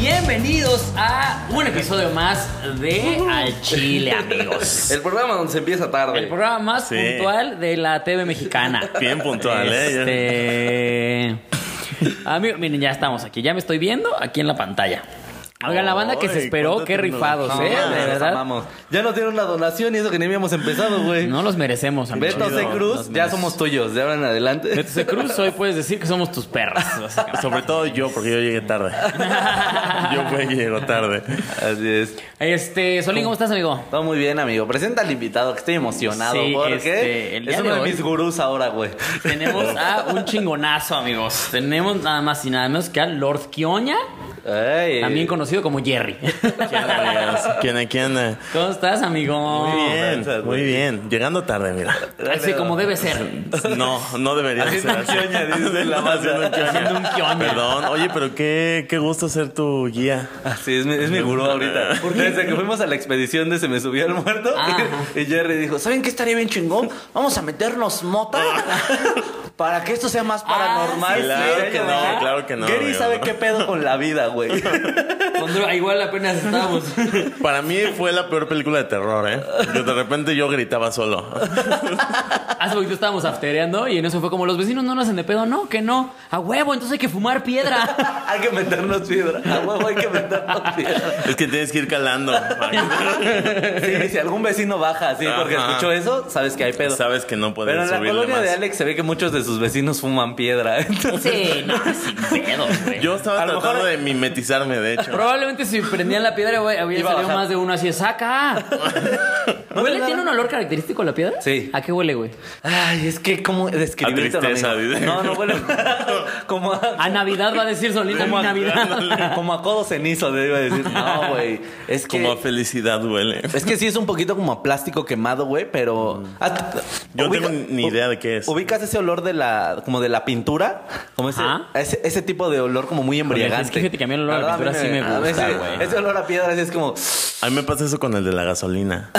bienvenidos a un episodio más de Al Chile, amigos. El programa donde se empieza tarde. El programa más Sí. puntual de la TV mexicana. Bien puntual, ¿eh? Este... Amigo, miren, ya estamos aquí. Ya me estoy viendo aquí en la pantalla. Oigan, la banda que se Ay, esperó, cuánto qué tiempo. rifados, No, ¿eh? mames, De los verdad. amamos. Ya nos dieron la donación y eso que ni habíamos empezado, güey. No los merecemos, amigos. Beto C. No, Cruz, los ya merece- somos tuyos, de ahora en adelante. Beto C. Cruz, hoy puedes decir que somos tus perras. básicamente. ya. Sobre todo yo, porque yo llegué tarde. Yo fue que llego tarde. Así es. Este, Solín, ¿cómo estás, amigo? Todo muy bien, amigo. Presenta al invitado, que estoy emocionado Sí, porque este, el día es de uno de hoy- mis gurús ahora, güey. Tenemos Oh. a un chingonazo, amigos. Tenemos nada más y nada menos que al Lord Kioña, Ay. también conocido como Jerry. ¿Quién, amigos? ¿Quién, quién? eh? ¿Cómo estás, amigo? Muy gracias, bien, muy güey. bien. Llegando tarde, mira. Así como debe ser. No, no debería de ser Haciendo un así. kioña, dice la banda. Haciendo un kioña. Haciendo un kioña. Perdón. Oye, pero qué, qué gusto ser tu guía. Así Ah, es mi, es mi gurú ahorita. Desde que fuimos a la expedición de Se me subió el muerto, Ajá. y Jerry dijo: ¿Saben qué estaría bien chingón? Vamos a meternos mota para que esto sea más paranormal. sí, Ah, Y claro que yo no, dije, claro que no, Gary amigo, sabe no. qué pedo con la vida, güey. Con droga, igual apenas estábamos. Para mí fue la peor película de terror, ¿eh? Yo, de repente yo gritaba solo. Hace poquito estábamos aftereando y en eso fue como los vecinos no nos hacen de pedo, no, que no. A huevo, entonces hay que fumar piedra. hay que meternos piedra. A huevo hay que meternos piedra. Es que tienes que ir calando. Sí, si algún vecino baja así porque Ajá. escuchó eso, sabes que hay pedo. Sabes que no puedes Pero en la subirle colonia más. de Alex se ve que muchos de sus vecinos fuman piedra. Entonces, Sí, no, sin pedo, güey. Yo estaba A lo tratando mejor- de mimetizarme, de hecho. Probablemente si prendían la piedra, güey, había Iba a salido bajar. más de uno así, saca. ¿Huele? ¿Tiene un olor característico la piedra? Sí. ¿A qué huele, güey? Ay, es que cómo describirte A tristeza, dice. No, no huele como a, A Navidad va a decir Solín, a como mi a, Navidad. como a codo cenizo le iba a decir. No, güey, es que Como a felicidad duele. es que sí es un poquito como a plástico quemado, güey, pero Ah, Mm. Yo no tengo ni idea de qué es. ¿Ubicas ese olor de la como de la pintura? Como ese, Ajá. ese, ese tipo de olor como muy embriagante. es que fíjate que a mí el olor a La verdad, pintura sí me a gusta, veces güey. Ese olor a piedra sí es como A mí me pasa eso con el de la gasolina.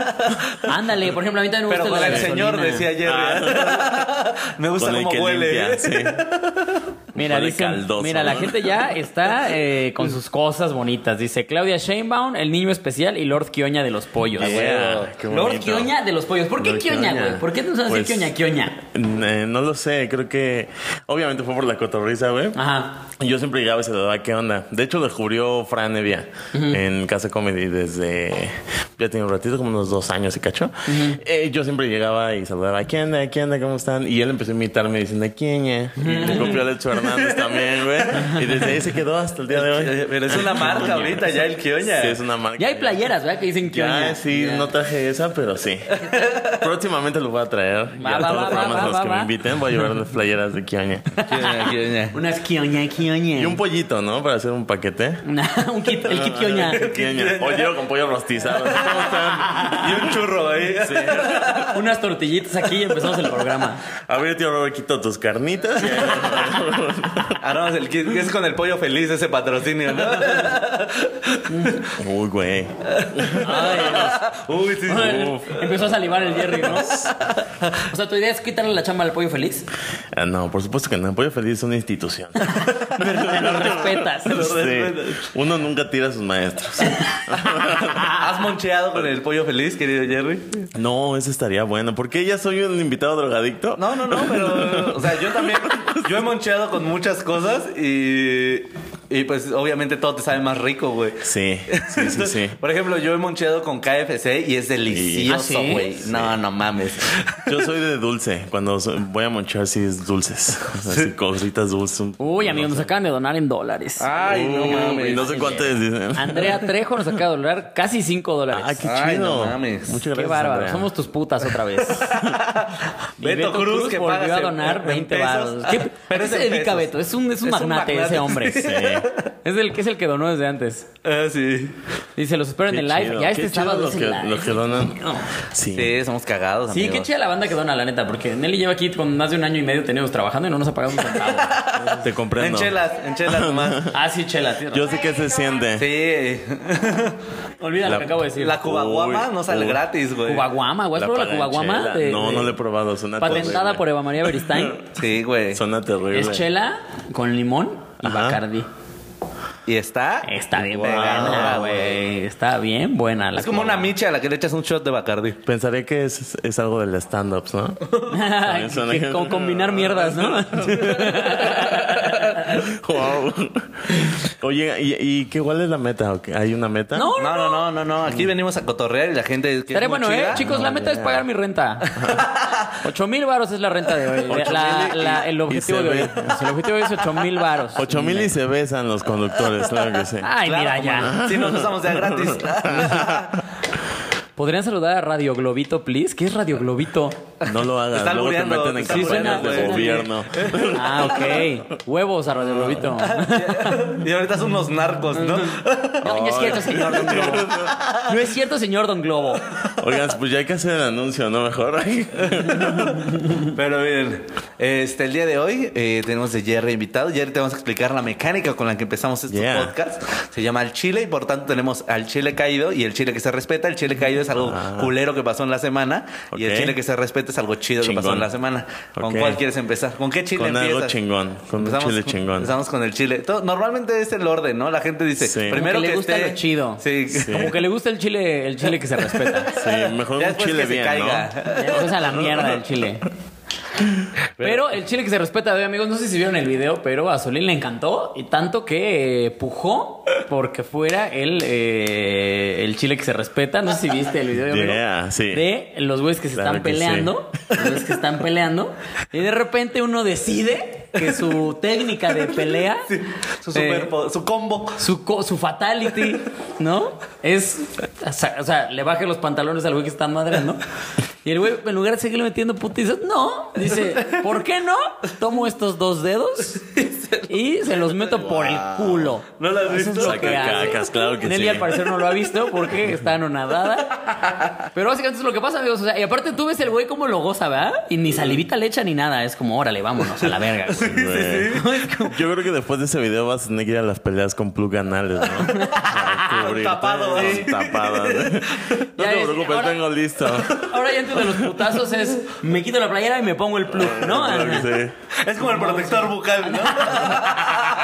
Ándale, por ejemplo, a mí también me gusta Pero la con el gasolina. señor, decía ayer. me gusta Ah. con el cómo que huele. limpia, sí. Mira, Huele dicen- caldoso, mira, la ¿no? gente ya está eh, con sus cosas bonitas. Dice Claudia Sheinbaum, el niño especial y Lord Kioña de los Ah, pollos. Yeah, Ah, qué Lord bonito. Kioña de los pollos. ¿Por qué Lord Kioña, Kioña. güey? ¿Por qué no se hace Pues- Kioña, Kioña? Eh, no lo sé, creo que obviamente fue por la cotorriza, güey. Ajá. Yo siempre llegaba y se daba qué onda. De hecho, lo descubrió Fran Evia en Casa Comedy desde. Ya tiene un ratito, como unos dos años, ¿se cacho? Eh, yo siempre llegaba y saludaba, ¿qué onda? ¿Qué onda? ¿Cómo están? Y él empezó a imitarme diciendo, ¿quién es? Y le copió a Lecho Hernández también, güey. Y desde ahí se quedó hasta el día de hoy. Pero es una marca ahorita, ya el Kioña. Sí, es una marca. Ya hay playeras, ¿verdad? Que dicen Kioña. Ya, eh, sí, no traje esa, pero sí. Próximamente lo voy a traer. Va, Ya va, todos va, los programas va, a los va, que va. me inviten voy a llevar las playeras de Kioña. Kioña, Kioña. Unas Kioña, Kioña. Y un pollito, ¿no? Para hacer un paquete. Una- un kit, el kit Kioña. Kioña. Pollo con pollo rostizado. ¿Cómo están? Y un churro ahí. Unas tortillitas aquí y empezamos el programa. A ver, tío Robert, quito tus carnitas. Armamos el kit, que Ah, es con el pollo feliz ese patrocinio, ¿no? Uy, güey. Ay, Dios. Uy, sí, sí. Ay, Empezó a salivar el Jerry, ¿no? O sea, tu idea es quitarle la chamba al pollo feliz. Ah, no, por supuesto que no. Pollo Feliz es una institución. Te lo respetas. Sí. Uno nunca tira a sus maestros. ¿Has moncheado con el pollo feliz, querido Jerry? No, eso estaría bueno. ¿Por qué ya soy un invitado drogadicto? No, no, no, pero. O sea, yo también. Yo he moncheado con muchas cosas y. Y pues obviamente todo te sabe más rico, güey. Sí, sí, sí, sí. Por ejemplo, yo he moncheado con KFC y es delicioso, Ah, ¿sí? güey. No, no mames. Yo soy de dulce. Cuando so- voy a monchar, sí es dulces. Así, cositas dulces. Uy, amigos, nos acaban de donar en dólares. Ah. Ay, no Uy, mames. No sé cuánto es, dicen. Andrea Trejo nos acaba de donar casi 5 dólares. Ah, qué chido. Ay, no mames. Muchas Qué gracias. bárbaro, Andrea. somos tus putas otra vez. Y Beto Cruz, que volvió paga a en- donar en 20 pesos. baros. ¿Qué, ¿a Pero qué es se en dedica pesos. Beto? Es un, es un Es un magnate magnate. ese hombre. Sí. Es, el, es el que donó desde antes. Ah, sí. Dice, los espero en Qué el live. chido, Ya qué este chido sábado lo es que- el live. lo que donan. Sí. Sí, somos cagados. Sí, amigos. qué chida la banda que dona, la neta, porque Nelly lleva aquí con más de un año y medio tenemos trabajando y no nos ha pagado un centavo. Te En comprendo. chelas, en chelas nomás. Ah, sí, chela, tío. Yo sé que se siente. Sí. Olvida lo La- que acabo de decir. La cubaguama Uy, no sale uy. gratis, güey. Cubaguama, ¿has probado la cubaguama? paganchela. de- no, no de- la he probado. Suena Patentada terrible. por Eva María Beristain. Sí, güey. Suena terrible. es chela con limón y Ajá. bacardi. Y está. Está bien pegada, buena, güey. Está bien buena la Es como cola. una micha a la que le echas un shot de Bacardi. Pensaría que es, es algo del stand-ups, ¿no? Que- Suena- que- como combinar mierdas, ¿no? Wow. Oye, ¿y, y qué cuál es la meta? ¿O qué? ¿Hay una meta? No, No, Mm. no, no, no, no. Aquí venimos a cotorrear y la gente. que es Estaré muy bueno, ¿eh? chida, Chicos, la meta es pagar mi renta. Ocho mil varos es la renta de hoy. Ocho La- mil y- la- el y objetivo se de hoy. ve. El objetivo de hoy es ocho mil varos. 8 mil y se besan los conductores, claro que sí. Ay, Claro, mira como ya. no. Sí, nos usamos ya gratis. ¿Podrían saludar a Radio Globito, please? ¿Qué es Radio Globito? No lo hagas, Está luego te albureando, meten en está campañas albureando, de güey. gobierno. Ah, ok. Huevos a Radio Globito. y ahorita son unos narcos, ¿no? No, no es cierto, señor Don Globo. No es cierto, señor Don Globo. Oigan, pues ya hay que hacer el anuncio, ¿no? Mejor. Pero miren, este, el día de hoy eh, tenemos de Jerry invitado. Jerry te vamos a explicar la mecánica con la que empezamos este Yeah. podcast. Se llama Al Chile y por tanto tenemos al Chile caído y el Chile que se respeta. El Chile caído es algo culero que pasó en la semana y el Ah. Ok. Chile que se respeta es algo chido que pasó Chingón. en la semana. ¿Con Ok. cuál quieres empezar? ¿Con qué Chile Con algo empiezas? chingón, con un chile chingón. Empezamos con el Chile. Todo- normalmente es el orden, ¿no? La gente dice, Sí. Como primero Como que le que gusta esté- lo chido. Sí. Como que le gusta el chile, el chile que se respeta. Sí, mejor Ya un después chile que se bien, caiga. ¿no? Eso es a la mierda el chile. Pero el chile que se respeta de hoy, amigos, no sé si vieron el video, pero a Solín le encantó y tanto que eh, pujó porque fuera el, eh, el chile que se respeta. No sé si viste el video amigo, Yeah, sí. de los güeyes que se Claro están que sí. peleando. Los güeyes que están peleando. Y de repente uno decide que su técnica de pelea. Su, eh, superpo- su combo. su, co- su fatality, ¿no? Es. O sea, o sea, le baje los pantalones al güey que está madre, ¿no? Y el güey, en lugar de seguirle metiendo putizas, no. Dice, ¿por qué no? Tomo estos dos dedos y se los meto por el culo. ¿No lo has Eso es visto? lo que Saca hace. cacas, claro que Nelly sí. al parecer no lo ha visto porque está anonadada. Pero básicamente es lo que pasa, amigos. O sea, y aparte tú ves el güey como lo goza, ¿verdad? Y ni salivita le echa ni nada. Es como, órale, vámonos a la verga. güey. Güey. Yo creo que después de ese video vas a tener que ir a las peleas con plug anales, ¿no? Para cubrirte, Tapado, ¿no? sí. Tapado. No Ya te es- preocupes, ahora- tengo listo. Ahora ya antes de los putazos es me quito la playera y me pongo el plug, ¿no? Claro que sí. Es como el protector bucal, ¿no?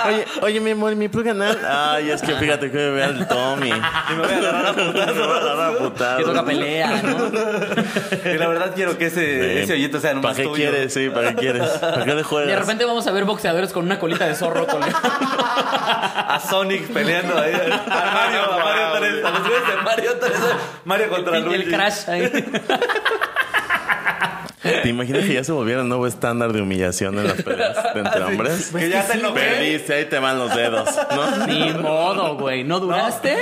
Oye, oye, mi amor, mi plug anal. Ay, es que fíjate que me ve al Tommy. Y me voy a agarrar a putazos. Me voy a agarrar a putazos. Que toca pelea, ¿no? Y la verdad quiero que Eh, ese, ese hoyito sea nomás ¿Para qué tuyo. quieres? Sí, ¿para qué quieres? ¿Para qué le juegas? De repente vamos a ver boxeadores con una colita de zorro con A Sonic peleando ahí. A Mario, a Mario 3. A los güeyes de Mario 3. Mario contra el, Luigi. el crash ahí. ¿Te imaginas que ya se volviera el nuevo estándar de humillación en las peleas Ah, de entre hombres? Que pues, ya te enojé. Perdiste, ahí te van los dedos, ¿no? Ni modo, güey. ¿No duraste?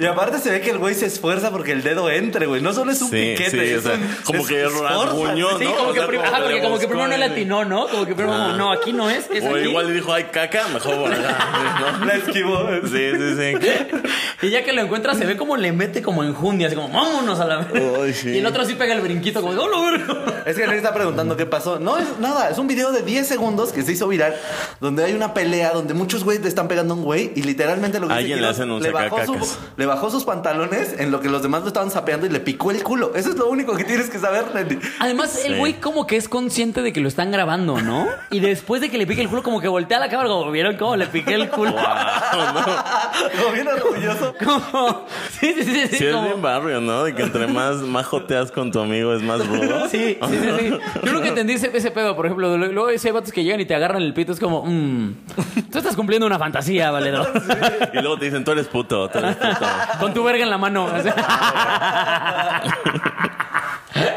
Y aparte se ve que el güey se esfuerza porque el dedo entre, güey. No solo es un Sí, piquete. sí, o es sea, un- como es- que esfuerza. rasguñó, Sí, ¿no? como O que, sea, prim- ah, le porque como que buscó primero no le el- Ah. atinó, ¿no? Como que primero, como, no, aquí no es. es O aquí. igual le dijo, ay, caca, mejor volar. La esquivó. ¿no? Sí, sí, sí. Y ya que lo encuentra, se ve como le mete como enjundia, así como, vámonos a la verga. Ay, sí. Y el otro sí pega el brinquito, como, no, lo verga. Es que Nelly está preguntando qué pasó. No es nada, es un video de 10 segundos que se hizo viral, donde hay una pelea, donde muchos güeyes le están pegando a un güey y literalmente lo que Alguien dice le Quiroz, hacen un le bajó, su- sacacacas. le bajó sus pantalones en lo que los demás lo estaban sapeando y le picó el culo. Eso es lo único que tienes que saber, Nelly. Además, el Sí. güey como que es consciente de que lo están grabando, ¿no? Y después de que le pique el culo, como que voltea la cámara, como vieron cómo le piqué el culo. Como bien orgulloso. Como- Sí, sí, sí, sí. Sí, es como- bien barrio, ¿no? De que entre más, más joteas con tu amigo es más rudo. Sí, sí, sí, sí. Yo nunca entendí ese, ese pedo, por ejemplo. Luego luego ese hay vatos que llegan y te agarran el pito. Es como, mm, tú estás cumpliendo una fantasía, valedor. Y luego te dicen, tú eres puto, tú eres puto. Con tu verga en la mano. O sea,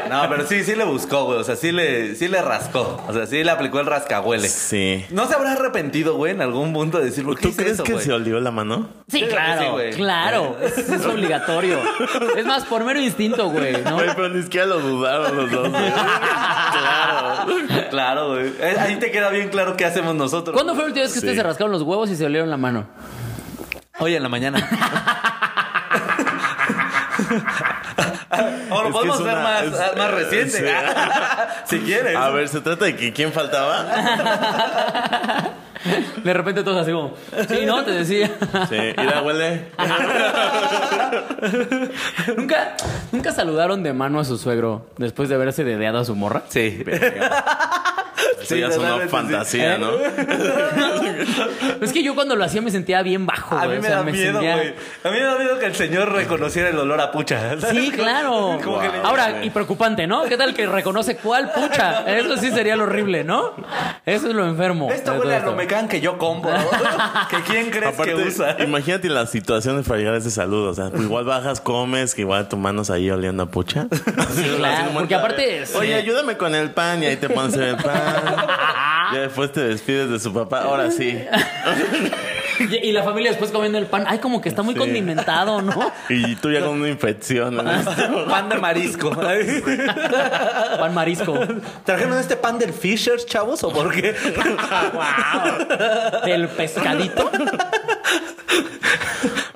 No, pero sí, sí le buscó, güey. O sea, sí le, sí le rascó. O sea, sí le aplicó el rascahuele. Sí. No se habrá arrepentido, güey, en algún punto de decir, ¿por qué ¿Tú hice crees eso, que güey? se olió la mano? sí, Yo creo que sí, claro. güey. claro. Es, es obligatorio. Es más, por mero instinto, güey, ¿no? Güey, pero ni siquiera lo dudaron los dos. güey. claro. Claro, güey. Eh, Ahí te queda bien claro qué hacemos nosotros. ¿Cuándo fue la última vez que Sí. ustedes se rascaron los huevos y se olieron la mano? Hoy en la mañana. o lo Es que podemos es hacer una- más, es- más reciente. si quieres. A ver, se trata de que quién faltaba. De repente todos así como, sí, ¿no? Te decía. Sí, y la huele. ¿Nunca, nunca saludaron de mano a su suegro después de haberse dedeado a su morra. Sí. Eso ya es una totalmente, sí. fantasía, ¿no? ¿Eh? Es que yo cuando lo hacía me sentía bien bajo, A güey. mí O me sea, da me miedo, sentía- güey. A mí me da miedo que el señor reconociera el olor a pucha. ¿sabes? Sí, claro. Como que le- Ahora, y preocupante, ¿no? ¿Qué tal que reconoce cuál pucha? Eso sí sería lo horrible, ¿no? Eso es lo enfermo. Esto de huele a todo esto. Romecán que yo compro. ¿Que quién crees que usa? Aparte, imagínate la situación de familiares de salud. O sea, pues igual bajas, comes, que igual tu manos ahí oliendo a pucha. claro, Así, porque aparte es- Oye, ayúdame con el pan y ahí te pones el pan. Ya después te despides de su papá. Ahora sí. Y, y la familia después comiendo el pan. Ay, como que está muy Sí. condimentado, ¿no? Y tú ya con una infección. ¿no? Pan de marisco. Pan marisco. ¿Trajeron este pan del Fisher, chavos? ¿O por qué? Wow. Del pescadito.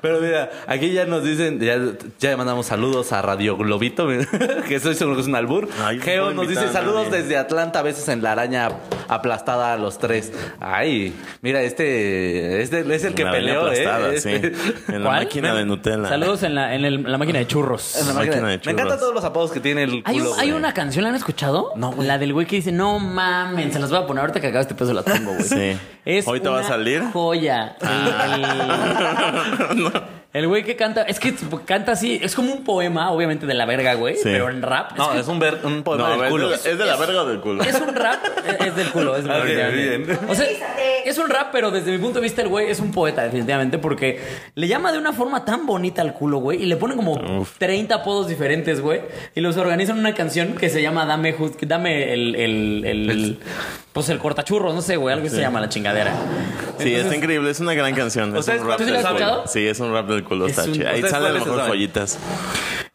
Pero mira, aquí ya nos dicen, ya, ya mandamos saludos a Radio Globito, mira, que estoy seguro que es un albur. Ay, Geo puedo nos dice invitar a saludos alguien". desde Atlanta, a veces en la araña aplastada a los tres. Ay, mira, este, este es el que Una araña peleó, aplastada, ¿eh? sí. Este- En la ¿Cuál? máquina de Nutella. Saludos en la, en el- la máquina de churros. en la Máquina máquina. de Me churros. encantan todos los apodos que tiene el Hay, un- culo. hay güey. una canción, ¿la han escuchado? No, güey. La del güey que dice, no mamen, se las voy a poner ahorita que acabo este peso, la tengo, güey. Sí. Es ¿Ahorita va a una salir? Ah. Joya. El- El güey que canta, es que canta así, es como un poema, obviamente de la verga, güey, Sí. pero en rap. No, es un, ver- un poema No, del es de, culo. Eh, la, es de la verga o del culo. Es un rap, es del culo, es del Ah, Ok, culo, definitivamente. bien. O sea, es un rap, pero desde mi punto de vista el güey es un poeta, definitivamente, porque le llama de una forma tan bonita al culo, güey, y le ponen como 30 apodos diferentes, güey, y los organizan en una canción que se llama Dame jus- dame el, el, el- pues el cortachurro, no sé, güey, algo que se llama la chingadera. Sí, está increíble, es una gran canción. Es ¿Ustedes un rap cuántos- del ¿Tú sí la has culo. escuchado? Sí, es un rap del culo, Es está un- chido. Ahí ¿Ustedes salen las cuáles saben? mejores joyitas.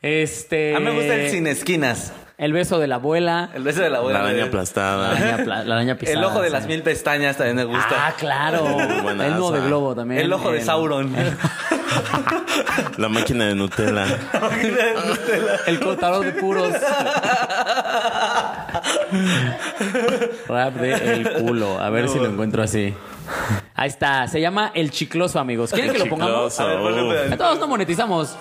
Este A mí Ah, me gusta el sin esquinas. El beso de la abuela, El beso de la abuela. La araña güey. la aplastada. araña, pla- la araña pisada. El ojo de sí. las mil pestañas también me gusta. Ah, claro. buenaza. El nudo de globo también. el ojo de Sauron. La máquina de Nutella. El cortador de puros. Rap de el culo. A ver si lo encuentro así. Ahí está. Se llama El Chicloso, amigos. ¿Quieren que lo pongamos? Chicloso, A ver, ponle un uf. pedacito. Todos no monetizamos.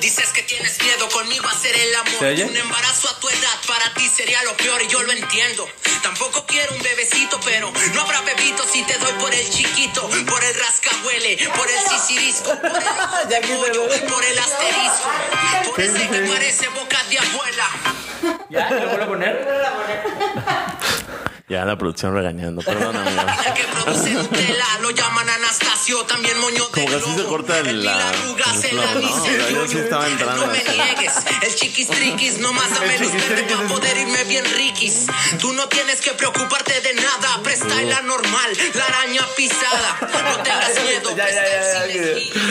Dices que tienes miedo conmigo a hacer el ¿Se oye? amor. Un embarazo a tu edad para ti sería lo peor y yo lo entiendo. Tampoco quiero un bebecito, pero no habrá bebito si te doy por el chiquito, por el rascahuele, por el sisirisco, por el ojo de pollo, por el asterisco, por ese que parece boca de abuela. ¿Ya? ¿Lo vuelvo a poner? Ya la producción regañando. Perdón, amigo. La que produce Nutella lo llaman Anastasio, también moño de Como que así globo. se corta El la- mil el arrugas, el flow, ¿no? anís, O el sea, yo sí yoyo. estaba entrando. No me niegues, el chiquis triquis, nomás dame luz verde para poder irme bien riquis. Tú no tienes que preocuparte de nada, presta la normal, la araña pisada. No tengas miedo, Ya, ya, presta ya, el ya, ya. silencio.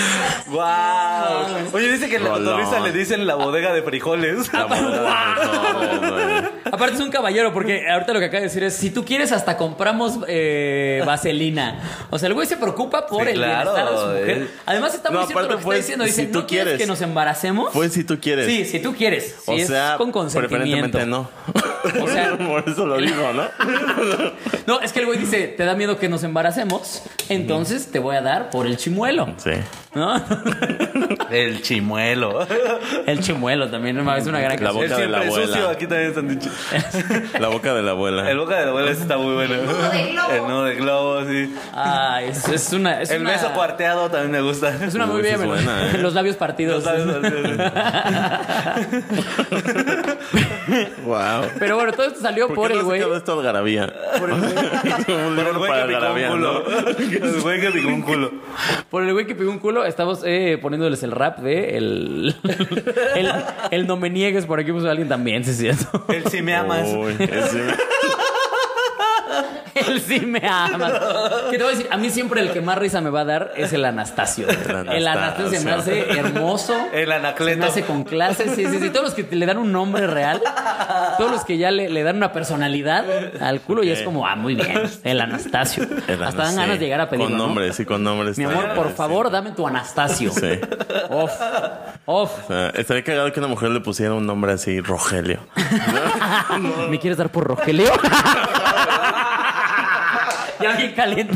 Wow. Oye, dice que en la Rolón. motorista le dicen la bodega de frijoles. La bodega de frijoles, güey. Aparte es un caballero, porque ahorita lo que acaba de decir es: si tú quieres, hasta compramos eh, vaselina. O sea, el güey se preocupa por Sí, el claro, bienestar de su eh. mujer. Además, está muy No, cierto aparte lo que fue, está diciendo. Dice: si tú ¿No quieres, quieres. que nos embaracemos? Pues si tú quieres. Sí, si tú quieres. O Si es sea, con consentimiento. preferentemente no. O sea- por eso lo digo, ¿no? No, es que el güey dice, te da miedo que nos embaracemos, entonces te voy a dar por el chimuelo. Sí. ¿No? El chimuelo. El chimuelo también, no mames, es una gran La canción. boca El de la siempre abuela. sucio, aquí también están dicho. La boca de la abuela. El boca de la abuela ese está muy bueno. El nudo de globo. de globo, sí. Ay, Ah, es, es una. Es El una, beso cuarteado también me gusta. Es una muy Esa bien, es buena, ¿eh? los labios partidos. Wow. Pero bueno, todo esto salió ¿Por, por, qué el no güey. se quedó esto algarabía? Un Por el libro güey que picó para un algarabía, culo. ¿no? El güey que picó un culo. Por el güey que pegó un culo, estamos eh, poniéndoles el rap de el, el. el no me niegues, por aquí puso alguien también, sí es cierto. El si me amas. Uy, ese- Él sí me ama. Que te voy a decir, a mí siempre el que más risa me va a dar es el Anastasio. Anastasio. El Anastasio se me hace hermoso. El Se me anacleto. hace con clases. Sí, sí, sí. Todos los que le dan un nombre real, todos los que ya le, le dan una personalidad al culo, ya es como, ah, muy bien. El Anastasio. Era, Hasta no dan sé, ganas de llegar a pedirlo. Con ¿no? nombres, sí, con nombres. Mi amor, también, por sí. favor, dame tu Anastasio. Sí. Off. Off. O sea, estaría cagado que una mujer le pusiera un nombre así, Rogelio. ¿Me quieres dar por Rogelio? Ya bien caliente.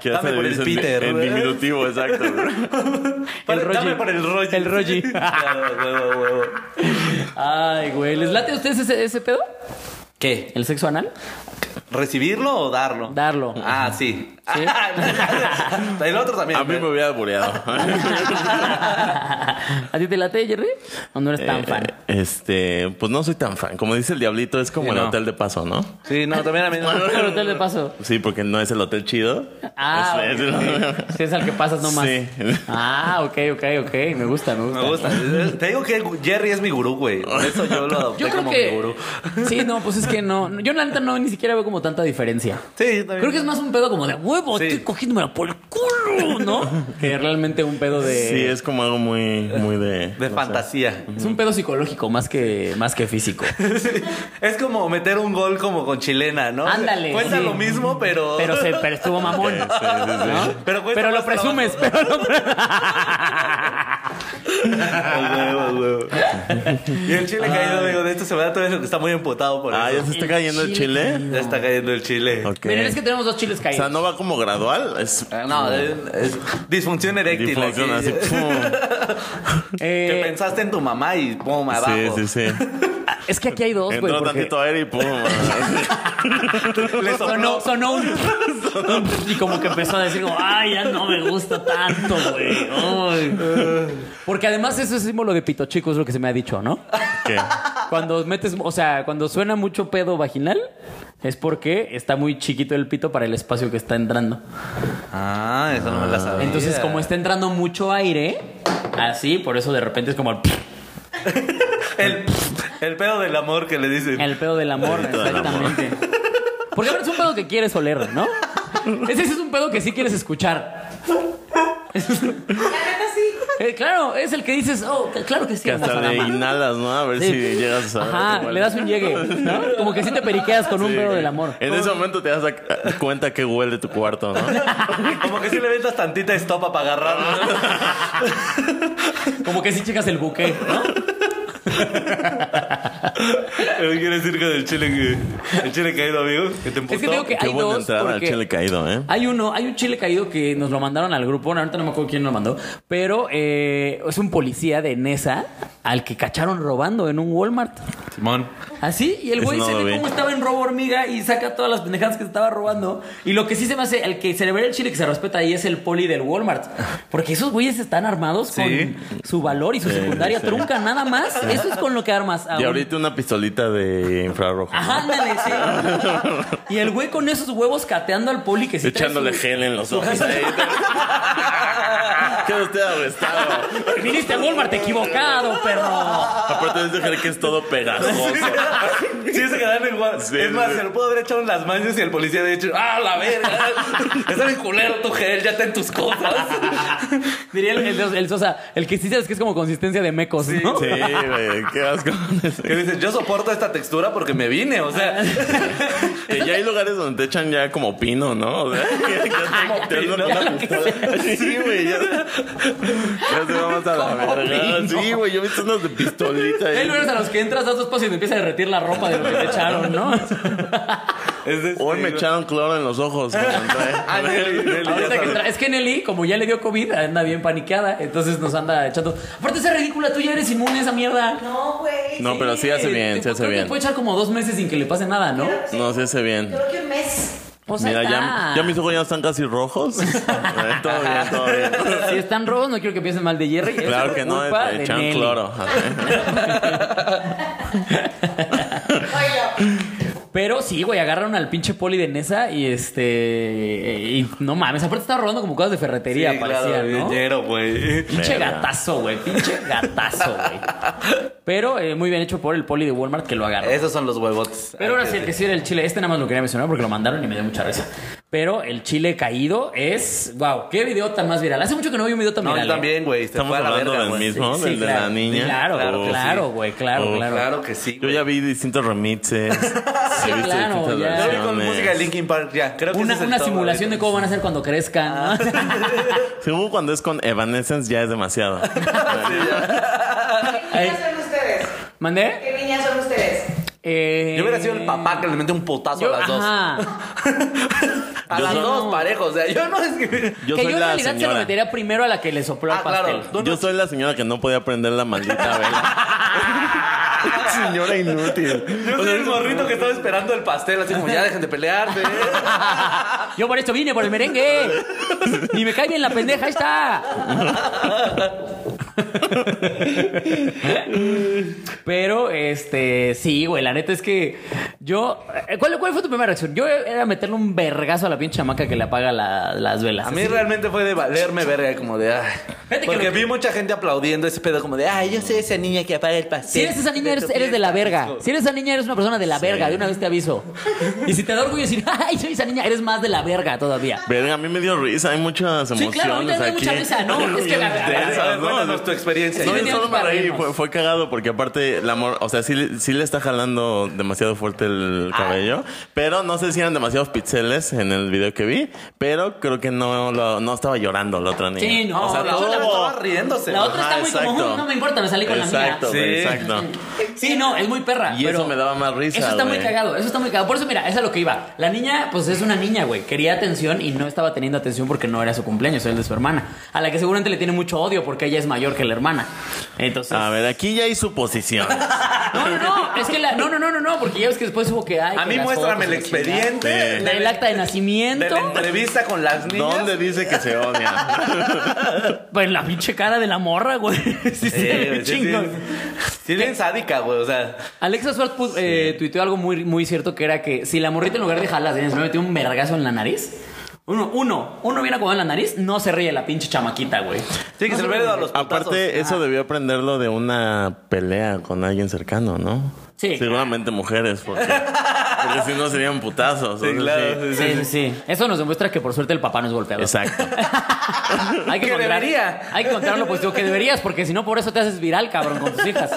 Que Dame hasta por le el dicen Peter, En güey. diminutivo, exacto. güey. Por- Rogi. Dame por el Rogi. El Rogi. Claro, huevo, huevo. Ay, güey. ¿Les late a ustedes ese, ese pedo? ¿Qué? ¿El sexo anal? ¿Recibirlo o darlo? Darlo. Ah, sí. ¿Sí? el otro también. A mí me hubiera albureado. ¿A ti te late, Jerry? ¿O no eres tan Eh, fan? Este, pues no soy tan fan. Como dice el diablito, es como Sí, el no. hotel de paso, ¿no? Sí, no, también a mí. no. Pero te le paso. Sí, porque no es el hotel chido. Ah, ok, Es- es- ok. Sí, es al que pasas nomás. Sí. Ah, ok, ok, ok. Me gusta, me gusta. Me gusta. Te digo que Jerry es mi gurú, güey. Por eso yo lo adopté Yo creo como mi que. gurú. Sí, no, pues es que no. Yo, la neta, no, ni siquiera veo como tanta diferencia. Sí, yo también. Creo que es más un pedo como de huevo, Sí. estoy cogiéndomela por el culo, ¿no? que realmente un pedo de. Sí, es como algo muy, muy de. De fantasía. Es un pedo psicológico más que, más que físico. Es como meter un gol como con chilena, ¿no? Ándale, Cuenta sí. lo mismo, pero. Pero, se, pero estuvo mamón. Sí, sí, sí. ¿no? Pero Pero, cuesta más lo presumes, pero lo presumes. Al huevo, al huevo. Y el chile caído, digo, de esto se me da todo eso que está muy emputado por Ah, eso. ya se está El cayendo el chile. chile. Ya está cayendo el chile. Ok. Miren, es que tenemos dos chiles O sea, caídos. no va como gradual. Es. Ah, No, es, es disfunción eréctil. Difusión aquí. así. pum. Eh, Que pensaste en tu mamá y pum, abajo. Sí, sí, sí. es que aquí hay dos, güey. Entró porque tantito aire y pum. ah, Le Sonó, sopló. sonó un, un y como que empezó a decir, como, ay, ya no me gusta tanto, güey. Ay. Porque además eso es símbolo de pito chico, es lo que se me ha dicho, ¿no? ¿Qué? Cuando metes, o sea, cuando suena mucho pedo vaginal, es porque está muy chiquito el pito para el espacio que está entrando. Ah, eso no me la sabía. Entonces, como está entrando mucho aire, así, por eso de repente es como el, El, el pedo del amor que le dicen. el pedo del amor, El pito del amor. exactamente. Porque ahora es un pedo que quieres oler, ¿no? Ese ese es un pedo que sí quieres escuchar. La neta sí. Eh, claro, es el que dices, oh, claro que sí, Que hasta hermosa le dama". inhalas, ¿no? A ver Sí. si llegas a. Ajá, le das un llegue, ¿no? Como que sí te periqueas con un Sí, Eh. pedo güey. del amor. En ese momento te das a- cuenta que huele tu cuarto, ¿no? Como que si le ventas tantita estopa para Ah. agarrarlo. Como que sí checas el buque, ¿no? ¿Qué quiere decir con el chile, que- el chile caído, amigo? Que te emputó. Es que digo que Qué hay buena dos. entrada al porque Ah, chile caído, ¿eh? Hay uno, hay un chile caído que nos lo mandaron al grupo, bueno, ahorita no me acuerdo quién lo mandó, pero eh, es un policía de Nesa al que cacharon robando en un Walmart. Simón. Así, y el Eso güey no se lo ve vi. cómo estaba en robo hormiga y saca todas las pendejadas que se estaba robando. Y lo que sí se me hace, el que se le ve el chile que se respeta ahí es el poli del Walmart. Porque esos güeyes están armados Sí. con su valor y su secundaria sí. trunca, nada más. Eso es con lo que armas. a Y un- ahorita una pistolita de infrarrojo. Ajá, ándale, sí. Y el güey con esos huevos cateando al poli que se Echándole gel en los ojos. ahí. Queda usted arrestado. Viniste a Walmart equivocado, perro. Aparte de ese gel que es todo pegajoso. Sí, se quedaron en Walmart. Sí, es más, sí. se lo pudo haber echado en las manos y el policía había dicho, ¡ah, la verga! Está bien culero tu gel, ya está en tus cosas. Diría el, el- el Sosa, el que sí sabes que es como consistencia de mecos, ¿no? Sí, güey, qué asco. Que dicen, yo soporto esta textura porque me vine, o sea. Que ya hay lugares donde te echan ya como pino, ¿no? O sea, que ya te- te andan Ya una lo que pistola. Sí, güey, ya. Ya se vamos a la verga. Sí, güey, yo he visto unos de pistolita. ahí. Hay lugares a los que entras, das dos pasos y te empieza a derretir la ropa de lo que te echaron, ¿no? Ah. Es de- Hoy me echaron cloro en los ojos. cuando entré. Ah, Nelly, Nelly, ya Ahorita que sabes. entra- Es que Nelly, como ya le dio COVID, anda bien paniqueada, entonces nos anda echando. Aparte, esa ridícula, tú ya eres inmune a esa mierda. No, güey. No, pero sí hace bien, sí hace Creo que bien. puede echar como dos meses sin que le pase nada, ¿no? Creo que- No, sí hace bien. Creo que un mes. O sea, Mira, ya, está- ya mis ojos ya están casi rojos. Eh, todo bien, todo bien. Si están robos, no quiero que piensen mal de Jerry. Es Claro que no, culpa te de echaron Nelly. cloro. Oiga. Pero sí, güey, agarraron al pinche poli de Nesa y este. Y no mames, aparte estaba robando como cosas de ferretería, Sí, claro, parecía, ¿no? viñero, güey. Pinche Verga. gatazo, güey, pinche gatazo, güey. Pero eh, muy bien hecho por el poli de Walmart que lo agarró. Esos son los huevotes. Pero ahora sí, el que sí era el chile, este nada más lo quería mencionar porque lo mandaron y me dio mucha risa. Pero el chile caído es. ¡Wow! ¡Qué video tan más viral! Hace mucho que no veo un video tan No, viral. ¿eh? yo también, güey. se Estamos fue a la hablando verga, del güey. mismo, del de la niña. Claro, Claro que claro, sí. güey, claro, Oh, claro. Claro que sí. Yo ya vi distintos remixes. He visto claro, ya. distintas Yo vi con versiones. música de Linkin Park ya. Creo que Una, ese es el una top simulación de ahorita. Ah. cómo van a ser cuando crezcan. ¿no? Según cuando es con Evanescence ya es demasiado. ¿Qué niñas son ustedes? ¿Mandé? ¿Qué niñas son ustedes? Eh, Yo hubiera sido el papá que le mete un putazo yo- a las dos. ajá. A Yo las soy- dos parejos. O sea, yo no es que. Yo que soy yo en la realidad se lo señora. metería primero a la que le sopló Ah, el pastel. claro. No, no. Yo soy la señora que no podía prender la maldita vela. señora inútil. Yo soy el morrito que estaba esperando el pastel, así como ya dejen de pelearse. Yo por esto vine, por el merengue. Ni me cae bien la pendeja, ahí está. Pero, este, sí, güey, la neta es que yo. eh, ¿Cuál, cuál fue tu primera reacción? Yo era meterle un vergazo a la pinche chamaca que le apaga la- las velas. A mí Así. realmente fue de valerme verga, como de ay. Fíjate que Porque lo que- vi mucha gente aplaudiendo ese pedo, como de ay, yo soy esa niña que apaga el Si pastel. eres esa niña, eres, eres de la verga. Si eres esa niña, eres una persona de la verga. De una vez te aviso. Y si te da orgullo decir, ay, soy esa niña, eres más de la verga todavía. Verga, a mí me dio risa, hay muchas Sí, emociones claro, ahorita me da aquí. mucha risa, ¿no? Es que la A ver, a ver, verdad. cuéntanos tu experiencia. Sí, No, yo tenía solo mis me reí, padrinos. fue, fue cagado porque aparte la mor- o sea, sí, le- sí le está jalando demasiado fuerte el Ah. cabello, pero no sé si eran demasiados pixeles en el video que vi, pero creo que no lo- no estaba llorando la otra niña. Sí, no, o sea, la todo- otra- estaba riéndose. La otra está Ajá, muy como, exacto. "Ujú, no me importa, me salí con Exacto, la Sí. mía. güey, exacto. Sí, no, es muy perra. Ah. Y pero eso me daba más risa, Eso está güey. muy cagado, eso está muy cagado. Por eso, mira, eso es lo que iba. La niña, pues es una niña, güey. Quería atención y no estaba teniendo atención porque no era su cumpleaños, era el de su hermana. A la que seguramente le tiene mucho odio porque ella es mayor que la hermana. Entonces. A ver, aquí ya hay suposición. Ah. No, no, no. Es que la. No, no, no, no, no. Porque ya ves que después hubo que. ay, A que mí las muéstrame fotos, el la chingada. expediente Sí. de, El acta de de nacimiento. la entrevista con las niñas. ¿Dónde dice que se odia? Pues la pinche cara de la morra, güey. Sí, Sí, se ve güey, Eh, sí, chingón. sí. Sí, bien sádica, güey. O sea, Alexa Swart pu- eh, tuiteó algo muy, muy cierto que era que si la morrita en lugar de jalar las greñas, me metió un vergazo en la nariz. Uno, uno, uno viene acomodado en la nariz, no se ríe la pinche chamaquita, güey. sí, que se le hubiera ido a los putazos. Aparte, eso debió aprenderlo de una pelea con alguien cercano, ¿no? Sí. Seguramente mujeres, porque, porque si no serían putazos. Ah, Sí, o sea, claro. sí, sí, Sí, sí. sí, sí. Eso nos demuestra que por suerte el papá no es golpeador. Exacto. Hay que, Que encontrar, debería. Hay que encontrar lo positivo que deberías, porque si no, por eso te haces viral, cabrón, con tus hijas.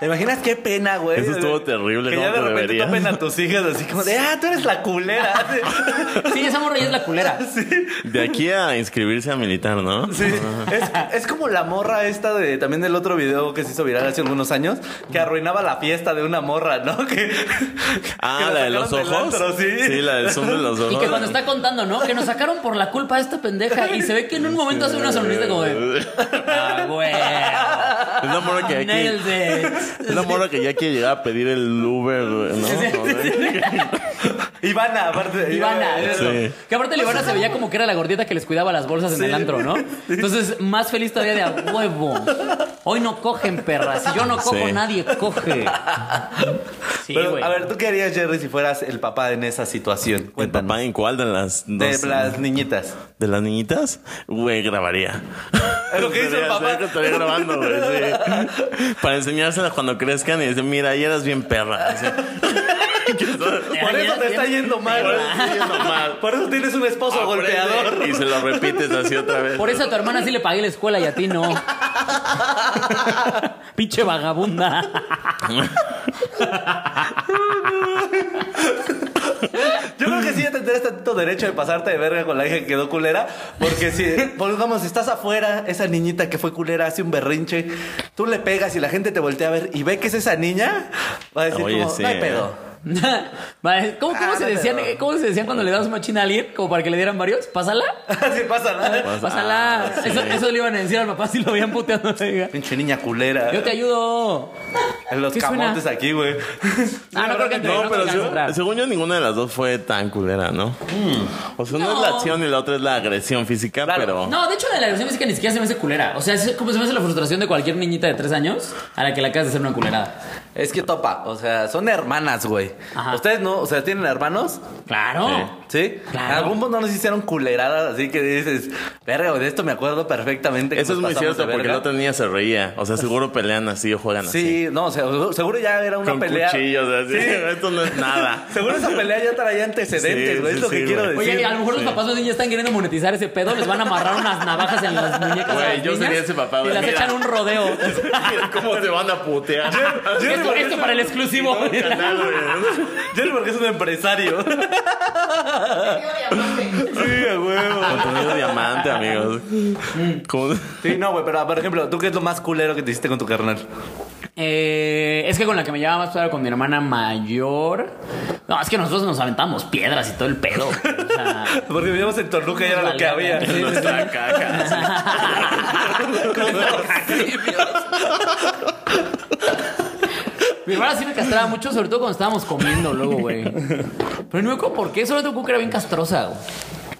¿Te imaginas qué pena, güey? Eso estuvo terrible, Que ¿cómo ya de te repente deberías? topen a tus hijas así como de, ah, tú eres la culera. Sí, esa morra ya es la culera. De aquí a inscribirse a militar, ¿no? Sí, es, es como la morra esta de también del otro video que se hizo viral hace algunos años, que arruinaba la fiesta de una morra, ¿no? Que, que Ah, la la de los sacaron del ojos. antro, sí. la del zoom de los ojos. Y que cuando está contando, ¿no? Que nos sacaron por la culpa de esta pendeja. Y se ve que en un momento hace una sonrisa como de. ¡Ah, güey! Es la "Ah, morra que Nailed aquí. it. Es la morra que ya quiere llegar a pedir el Uber, ¿no? Ivana, aparte. Ivana. Ivana, Sí. Que aparte la Ivana se veía como que era la gordita que les cuidaba las bolsas en el antro, ¿no? Entonces, más feliz todavía de a huevo. Hoy no cogen, perras. Si yo no cojo, Sí. nadie coge. Sí, Pero, güey. a ver, ¿tú qué harías, Jerry, si fueras el papá en esa situación? ¿El Cuéntanos. papá en cuál de las De dos? las niñitas. ¿De las niñitas? Güey, grabaría. Es lo que hizo el Estaría- papá. estaría- Estaría grabando, güey, sí. Para enseñárselas cuando crezcan y decir, mira, ahí eras bien perra. así. Ah, Por eso te está yendo mal. Por eso estoy yendo mal. Por eso tienes un esposo golpeador. Y se lo repites así otra vez. Por eso a tu hermana sí le pagué la escuela y a ti no. Pinche vagabunda. Yo creo que sí ya tendrías tantito derecho de pasarte de verga con la hija que quedó culera. Porque si, por ejemplo, si estás afuera, esa niñita que fue culera hace un berrinche, tú le pegas y la gente te voltea a ver y ve que es esa niña, va a decir, Oye, como, sí, no hay eh. pedo. Vale, ¿Cómo, cómo Ah, se no, decían, pero- ¿Cómo se decían cuando le dabas una china a alguien? Como para que le dieran varios. Pásala. Así pasa, ¿no? Pasa- Pásala. Ah, sí. eso, eso le iban a decir al papá si lo veían puteando. Yo Pinche niña culera. te ayudo. Los Sí suena. camotes aquí, güey. Ah, no creo que entre. No, no creo pero que según- entrar. según yo ninguna de las dos fue tan culera, ¿no? O sea, una No. es la acción y la otra es la agresión física, Hmm. Claro. pero... No, de hecho, la de la agresión física ni siquiera se me hace culera. O sea, es como se me hace la frustración de cualquier niñita de tres años a la que le acabas de hacer una culerada. Es que topa, o sea, son hermanas, güey. Ajá. Ustedes no, o sea, tienen hermanos, Claro. ¿sí? Claro. En algún punto nos hicieron culeradas, así que dices, verga, güey, de esto me acuerdo perfectamente. que Eso es nos muy pasamos cierto, de porque verga". la otra niña se reía. O sea, seguro pelean así o juegan así. Sí, no, o sea, seguro ya era una Con pelea. cuchillos, así. Esto no es nada. Seguro esa pelea ya traía antecedentes, Sí, güey, es sí, lo sí, que güey. quiero decir. Oye, a lo mejor los papás más bien ya están queriendo monetizar ese pedo, les van a amarrar unas navajas en las muñecas. Güey, a las yo niñas sería ese papá, Y güey, las mira. echan un rodeo. Mira ¿Cómo te van a putear? Jerry, esto, porque esto es- para el exclusivo. Canal, güey. Jerry porque es un empresario. sí, a huevo. Contenido diamante, amigos. ¿Cómo? Sí, no, güey, pero por ejemplo, ¿tú qué es lo más culero que te hiciste con tu carnal? Eh, es que con la que me llevaba más era con mi hermana mayor. No, es que nosotros nos aventamos piedras y todo el pedo. güey. O sea, Porque vivíamos en Toluca y era lo que había. Sí, sí, sí. Nuestra caja. Mi hermana sí me castraba mucho, sobre todo cuando estábamos comiendo luego, güey. Pero no me acuerdo por qué, solo tengo que era bien castrosa, güey.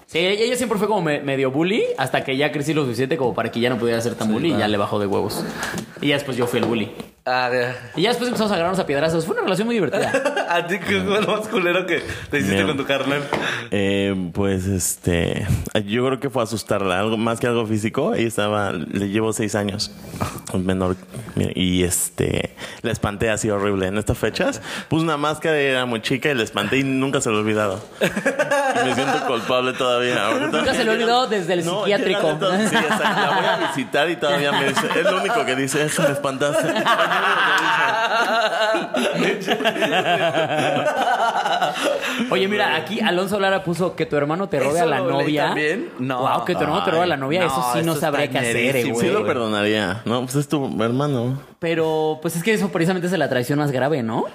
Sí, ella ella siempre fue como me- medio bully hasta que ya crecí lo suficiente como para que ya no pudiera ser tan bully y ya le bajó de huevos. Y ya después yo fui el bully. Ah, ya. Y ya después empezamos a agarrarnos a piedrazos. Fue una relación muy divertida. A ti que fue lo más culero que te hiciste Mira. con tu carnal. Eh, pues este. Yo creo que fue asustarla, algo más que algo físico. Ella estaba. Le llevo seis años, un menor. mira, Y este. La espanté así horrible. En estas fechas puse una máscara y era muy chica y la espanté y nunca se lo he olvidado. Y me siento culpable todavía. ahorita. Nunca se lo he olvidado desde el No, psiquiátrico. llegando todo- sí, exacto. La voy a visitar y todavía me dice. Es lo único que dice. "Es que me espantaste. Oye, mira, aquí Alonso Lara puso que tu hermano te robe ¿Eso a la lo leí novia. también? No. Wow, que tu hermano te robe a la Ay, novia, eso no, sí no eso sabría qué está hacer, ñerísimo, güey. Sí lo güey. perdonaría. No, pues es tu hermano. Pero pues es que eso precisamente es la traición más grave, ¿no?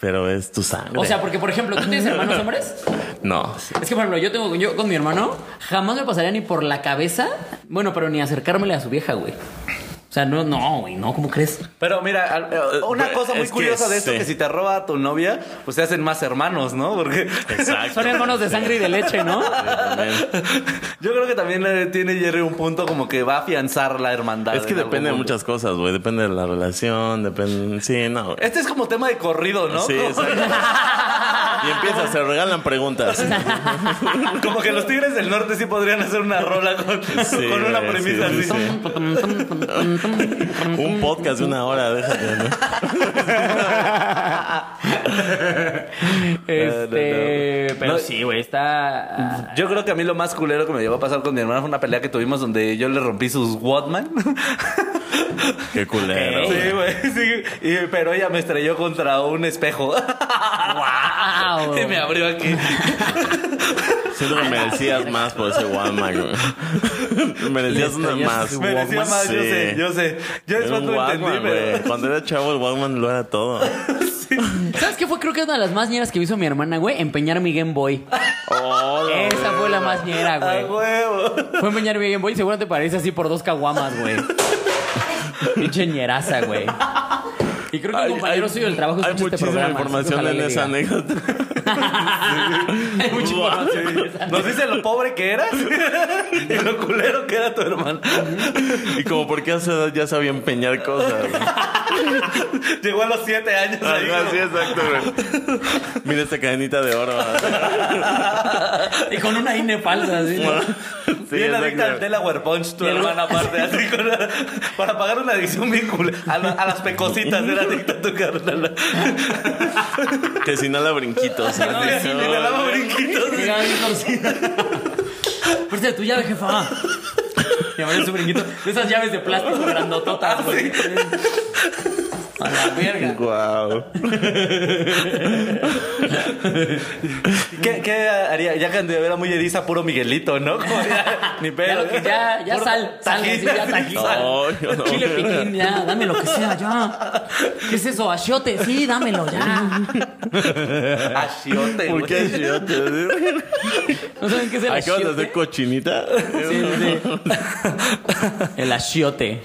Pero es tu sangre. O sea, porque por ejemplo, ¿tú tienes hermanos hombres? no. Es que por ejemplo, yo tengo yo con mi hermano jamás me pasaría ni por la cabeza, bueno, pero ni acercármele a su vieja, güey. O sea, no, no, güey, no, ¿cómo crees? Pero mira, al- eh, una Pues, cosa muy es que curiosa de esto sí. que si te roba a tu novia, pues se hacen más hermanos, ¿no? Porque Exacto. Son hermanos de sangre y de leche, ¿no? yo creo que también eh, tiene Jerry un punto como que va a afianzar la hermandad. Es que en algún depende de punto. muchas cosas, güey. Depende de la relación, depende. Sí, no. Este es como tema de corrido, ¿no? Sí, Como- exacto. Y empieza, se regalan preguntas. Como que los Tigres del Norte sí podrían hacer una rola con, Sí, con una güey, premisa sí, así. sí, sí. Un podcast de una hora, déjate, ¿no? Este, no. pero No. sí, güey, está Yo creo que a mí lo más culero que me llevó a pasar con mi hermana fue una pelea que tuvimos donde yo le rompí sus Watman. Qué culero. Sí, güey. güey, sí. Y- pero ella me estrelló contra un espejo. Wow. Y Ah, me abrió aquí. Siento que merecías más por ese Walmart, güey. merecías una estrellaste más. su Merecía más, yo sé, yo sé. Yo Era después un lo entendí, Walkman, pero... güey. Cuando era chavo, el Walkman lo era todo. ¿Sabes qué fue? Creo que es una de las más ñeras que me hizo mi hermana, güey. Empeñar mi Game Boy. Oh, la Esa fue la más ñera, A güey. huevo. Fue empeñar mi Game Boy y seguramente parece así por dos caguamas, güey. Pinche ñeraza, güey. Y creo que un compañero suyo del trabajo hay escucha este muchísima programa. información en esa anécdota. anécdota. Hay mucha información en esa Nos dice lo pobre que eras y lo culero que era tu hermano. Y como porque a esa edad ya sabía empeñar cosas. güey. Llegó a los siete años. ahí, como- Algo así, exacto, güey. Mira esta cadenita de oro. güey. Y con una INE falsa, así. Sí, bien adicta al exacto. Delaware Punch, tu Y el- hermana aparte, así con para pagar una adicción bien culera. A, la- a las pecositas era adicta tu carnal. Que si no la brinquitos. ¿no? No, Y le daba brinquitos. Llegaba bien torcida. Por cierto, tu llave, jefa. Me abrió su brinquito. De esas llaves de plástico Ah, grandototas, güey. A la verga. Guau. ¿Qué, qué haría? Ya cuando era muy eriza, puro Miguelito, ¿no? Como ya, ni Ya, pedo. lo que- ya, ya Puro sal, sal, tajín, así, ya así, tajín. sal. No, yo no. Chile piquín, ya, dame lo que sea, ya. ¿Qué es eso? Achiote, sí, dámelo, ya. Achiote, ¿Por güey. qué achiote? ¿No saben qué es el ¿Acabas de hacer achiote? cochinita? Sí, sí, sí. El achiote.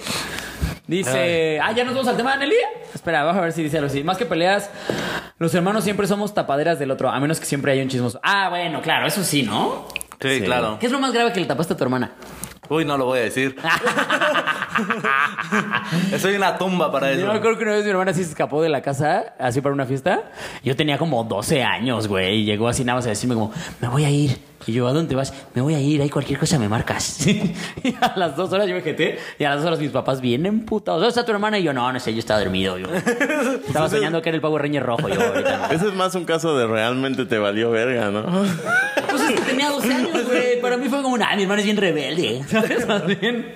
Dice, ah, ya nos vamos al tema, Nelly. Espera, vamos a ver si dice algo así. Más que peleas, los hermanos siempre somos tapaderas del otro, a menos que siempre haya un chismoso. Ah, bueno, claro, eso sí, ¿no? Sí, Sí. claro. ¿Qué es lo más grave que le tapaste a tu hermana? Uy, no lo voy a decir. Soy una tumba para Yo eso. me acuerdo que una vez mi hermana sí se escapó de la casa, así para una fiesta. Yo tenía como 12 años, güey, y llegó así nada más a decirme como, me voy a ir. Y yo, ¿a dónde vas? Me voy a ir, ahí cualquier cosa me marcas. y a las dos horas yo me jeté, y a las dos horas mis papás vienen putados. ¿Dónde está tu hermana? Y yo, no, no sé, yo estaba dormido. Yo. estaba soñando que era el Power Ranger rojo. Yo, ahorita. Ese es más un caso de realmente te valió verga, ¿no? pues es que tenía 12 años, güey. Para mí fue como, ah, mi hermana es bien rebelde. ¿Sabes? Más bien.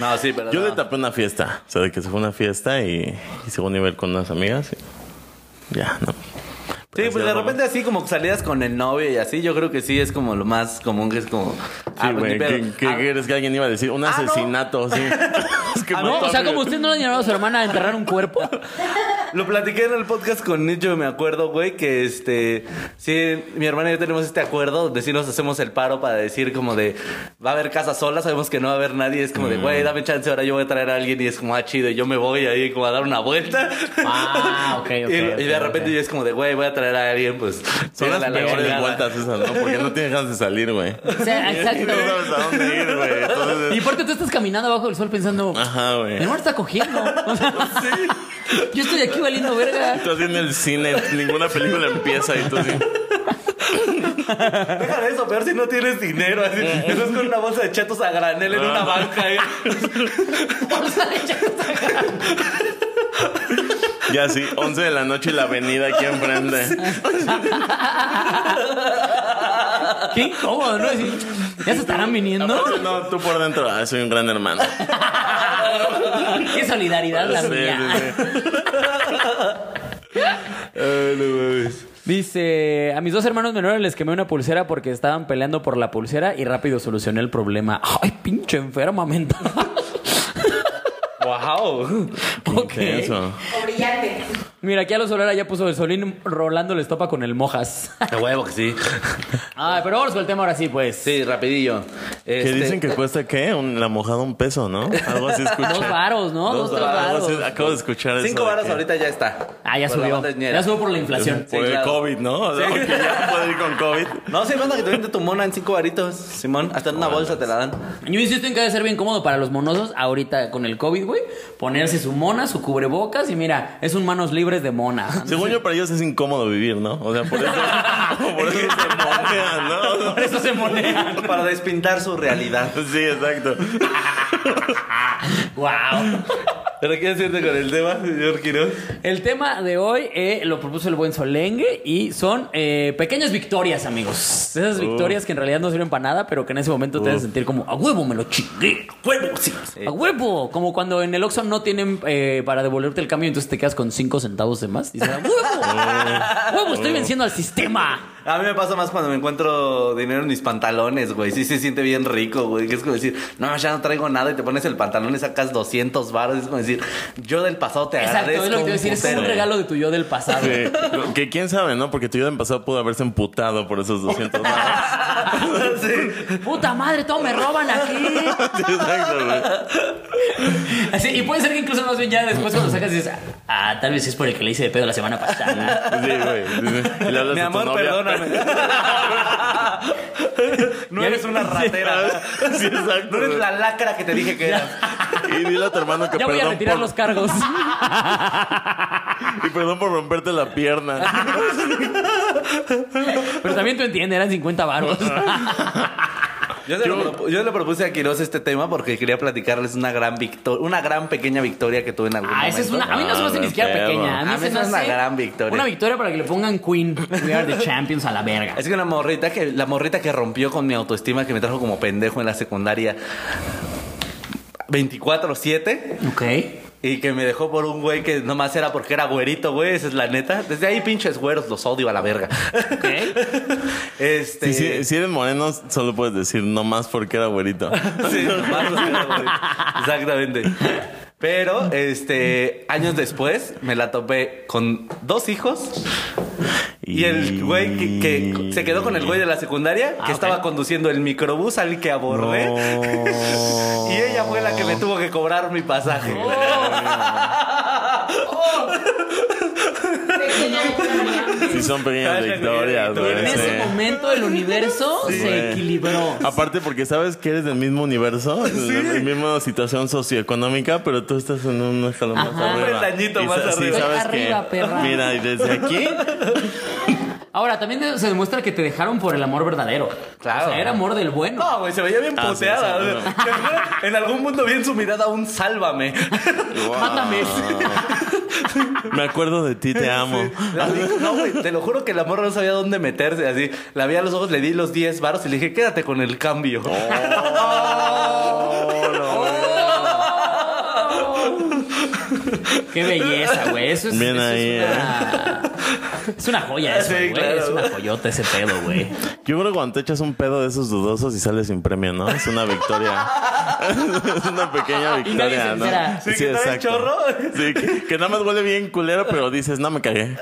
No, sí, pero. Yo no. le tapé una fiesta. O sea, de que se fue a una fiesta y, y se fue a un nivel con unas amigas. y ya, no. Sí, Así pues de algo repente así como salidas con el novio y así, yo creo que sí es como lo más común que es como... Sí, ah, güey. pero- ¿Qué, qué ah, crees que alguien iba a decir? Un Ah, no. asesinato, sí. Es que Ah, No, mató o a sea, mi- como usted no le han llevado a su hermana a enterrar un cuerpo. Lo platiqué en el podcast con Nicho, me acuerdo, güey, que este. Sí, mi hermana y yo tenemos este acuerdo de si nos hacemos el paro para decir, como de. Va a haber casa sola, sabemos que no va a haber nadie. Es como de, güey, dame chance, ahora yo voy a traer a alguien y es como, ah, chido, y yo me voy ahí como a dar una vuelta. Ah, ok, ok, Y- y, ok, de repente ok. yo es como de, güey, voy a traer a alguien, pues. Son las síganla a la peores chingada. vueltas esas, ¿no? Porque no tienes ganas de salir, güey. O sea, Y no exacto. sabes a dónde ir, güey. Entonces- Y aparte tú estás caminando abajo del sol pensando, Ajá, mi güey. hermano está cogiendo. O sea, Yo estoy aquí valiendo verga. Estás en el cine, ninguna película empieza y tú así. Deja de eso, peor si no tienes dinero. Así, estás con una bolsa de chetos a granel en una banca. ¿eh? Bolsa de chancla. Ya sí, 11 de la noche y la avenida aquí enfrente. Qué incómodo, ¿no? Así, ya se estarán viniendo. Aparte, No, tú por dentro, ah, soy un gran hermano. Qué solidaridad la Sí, mía. sí, sí. Ay, no mames. Dice, a mis dos hermanos menores les quemé una pulsera porque estaban peleando por la pulsera y rápido solucioné el problema. Ay, pinche enferma mental. ¡Wow! Ok. Intenso. O brillante. Mira, aquí a los Solera ya puso el Solín rolando la estopa con el Mojas. De huevo que sí. Ay, pero vamos con el tema ahora sí, pues. Sí, rapidillo. Que dicen que cuesta qué? Un- la mojada un peso, ¿no? Algo así escuché. Este, eh, Dos varos, ¿no? Dos, tres algo varos. así. acabo de escuchar eso. Cinco de varas que- ahorita ya está. Ah, ya Por la subió. banda ñera. Ya subió por la inflación. Sí, Por el claro. COVID, ¿no? O sea, Sí. porque ya puedo ir con COVID. No, sí, manda que te vende tu mona en cinco varitos, Simón. Hasta en una bolsa te la dan. Yo insisto en que debe ser bien cómodo para los monosos ahorita con el COVID, güey. Ponerse su mona, su cubrebocas y mira, es un manos libres de Ah, mona. Según yo, para ellos es incómodo vivir, ¿no? O sea, por eso, por eso se monean, ¿no? Por eso se monean. Para despintar su realidad. Sí, exacto. Ah, Wow. ¿Pero qué siente con el tema, señor Quiroz? El tema de hoy eh, lo propuso el buen Solengue y son eh, pequeñas victorias, amigos. Esas victorias que en realidad no sirven para nada, pero que en ese momento te hacen sentir como a huevo me lo chingué, a huevo, sí, a huevo. Como cuando en el Oxxo no tienen eh, para devolverte el cambio, entonces te quedas con cinco centavos de más. Y dices, a huevo, huevo, estoy venciendo al sistema. A mí me pasa más cuando me encuentro dinero en mis pantalones, güey. Sí se siente bien rico, güey. Que es como decir, no, ya no traigo nada. Y te pones el pantalón y sacas 200 baros. Es como decir, yo del pasado te Exacto, agradezco. es lo que te iba a un decir, es como un putero. regalo de tu yo del pasado. Sí. Que quién sabe, ¿no? Porque tu vida en pasado pudo haberse emputado por esos 200 varos. Sí. Puta madre, todo me roban aquí. Sí, exacto, güey. Así, y puede ser que incluso más bien ya después cuando sacas dices, ah, tal vez es por el que le hice de pedo la semana pasada. Sí, güey. Sí, sí. Y le hablas Mi a tu amor, novia. perdóname. no eres una ratera. Sí, exacto. No eres la lacra que te dije que eras. Y dile a tu hermano que Ya voy a perdón retirar por- los cargos. Y perdón por romperte la Ah, pierna. Pero también tú entiendes, eran 50 baros. Yo, se lo propu- yo le propuse a Quiroz este tema porque quería platicarles una gran victoria, una gran pequeña victoria que tuve en algún Ah, esa es momento. una. A mí no se me hace ni Ah, siquiera perro. pequeña. A mí, A mí se me esa es una hace gran victoria. Una victoria para que le pongan Queen. We are the champions a la verga. Es que una morrita que la morrita que rompió con mi autoestima que me trajo como pendejo en la secundaria 24/7 Ok. y que me dejó por un güey que nomás era porque era güerito, güey, esa es la neta. Desde ahí pinches güeros los odio a la verga. Ok. Este Si, si- si eres moreno, solo puedes decir no más porque era güerito. Sí, nomás los odio, güey. Exactamente. Pero este años después me la topé con dos hijos Y el güey que, que se quedó con el güey de la secundaria, Ah, que ok. estaba conduciendo el microbús al que abordé. ¿Eh? No. Y ella fue la que me tuvo que cobrar mi pasaje. Pequeña victoria. Sí, son pequeñas Hashtag victorias, victoria. En güey. ese sí. momento el universo se güey. Ah. equilibró. Aparte porque sabes que eres del mismo universo, de la misma situación socioeconómica, pero tú estás en un escalón más Ajá. arriba. Un peldañito Y más sa- sí, arriba. sabes que- Arriba, perra. Mira, y desde aquí Ahora, también se demuestra que te dejaron por el amor verdadero. Claro. O sea, era amor del bueno. No, güey, se veía bien Ah, sí, puteada. sí, o sea, te juro, en algún mundo vi en su mirada un sálvame. Mátame. me acuerdo de ti, te amo. La vi- No, güey, te lo juro que la morra no sabía dónde meterse. Así, la vi a los ojos, le di los 10 varos y le dije, quédate con el cambio. Oh, Qué belleza, güey. Eso es, Bien eso ahí, ¿eh? es una. Es una joya eso, Sí, güey. claro. Es una joyota ese pedo, güey. Yo creo que cuando te echas un pedo de esos dudosos y sales sin premio, ¿no? Es una victoria. es una pequeña victoria, ¿no? entera. Sí, que trae chorro. Sí, que, que nada más huele bien culero, pero dices, no me cagué.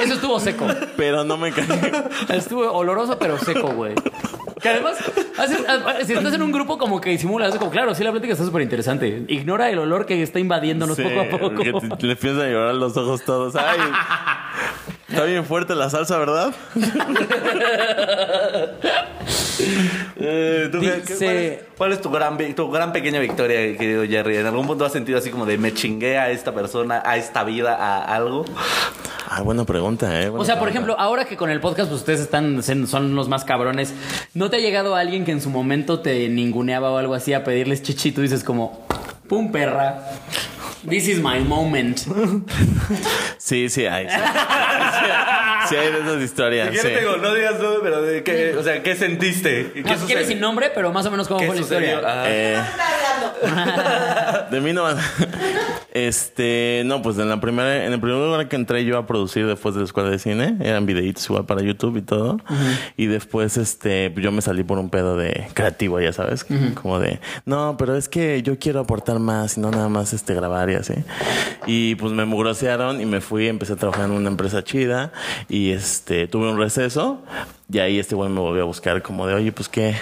Eso estuvo seco. Pero no me cagué. Estuvo oloroso, pero seco, güey. Que además, haces- a- si estás en un grupo, como que disimulas, como claro, sí, la plática está súper interesante. Ignora el olor que está invadiéndonos Sí, poco a poco. que te- le piensan llorar los ojos todos. Ay, está bien fuerte la salsa, ¿verdad? Eh, ¿tú qué- Dice- qué- ¿cuál, es, cuál es tu gran vi- tu gran pequeña victoria, querido Jerry? ¿En algún punto has sentido así como de me chingué a esta persona, a esta vida, a algo? Ay, Ah, buena pregunta, ¿eh? O sea, por ejemplo, ahora que con el podcast pues, ustedes están sen- son los más cabrones, ¿no te ha llegado alguien que en su momento te ninguneaba o algo así a pedirles chichi? Tú dices como, pum perra, this is my moment. Sí, sí hay. Sí, Sí hay de esas historias. Si quieres sí. te digo, no digas no, pero de qué, o sea, ¿qué sentiste? ¿Y No, ¿Qué si Ah, quieres sin nombre, pero más o menos cómo ¿Qué fue la sucedió? Ah. historia. Ajá. Eh, hablando? de mí no van- Este, no, pues en la primera, en el primer lugar que entré yo a producir después de la escuela de cine, eran videitos igual para YouTube y todo. Y después, este, yo me salí por un pedo de creativo, ya sabes, como de, no, pero es que yo quiero aportar más y no nada más este grabar y así. Y pues me mugrosearon y me fui, empecé a trabajar en una empresa chida y este, tuve un receso y ahí este güey me volvió a buscar como de, oye, pues qué,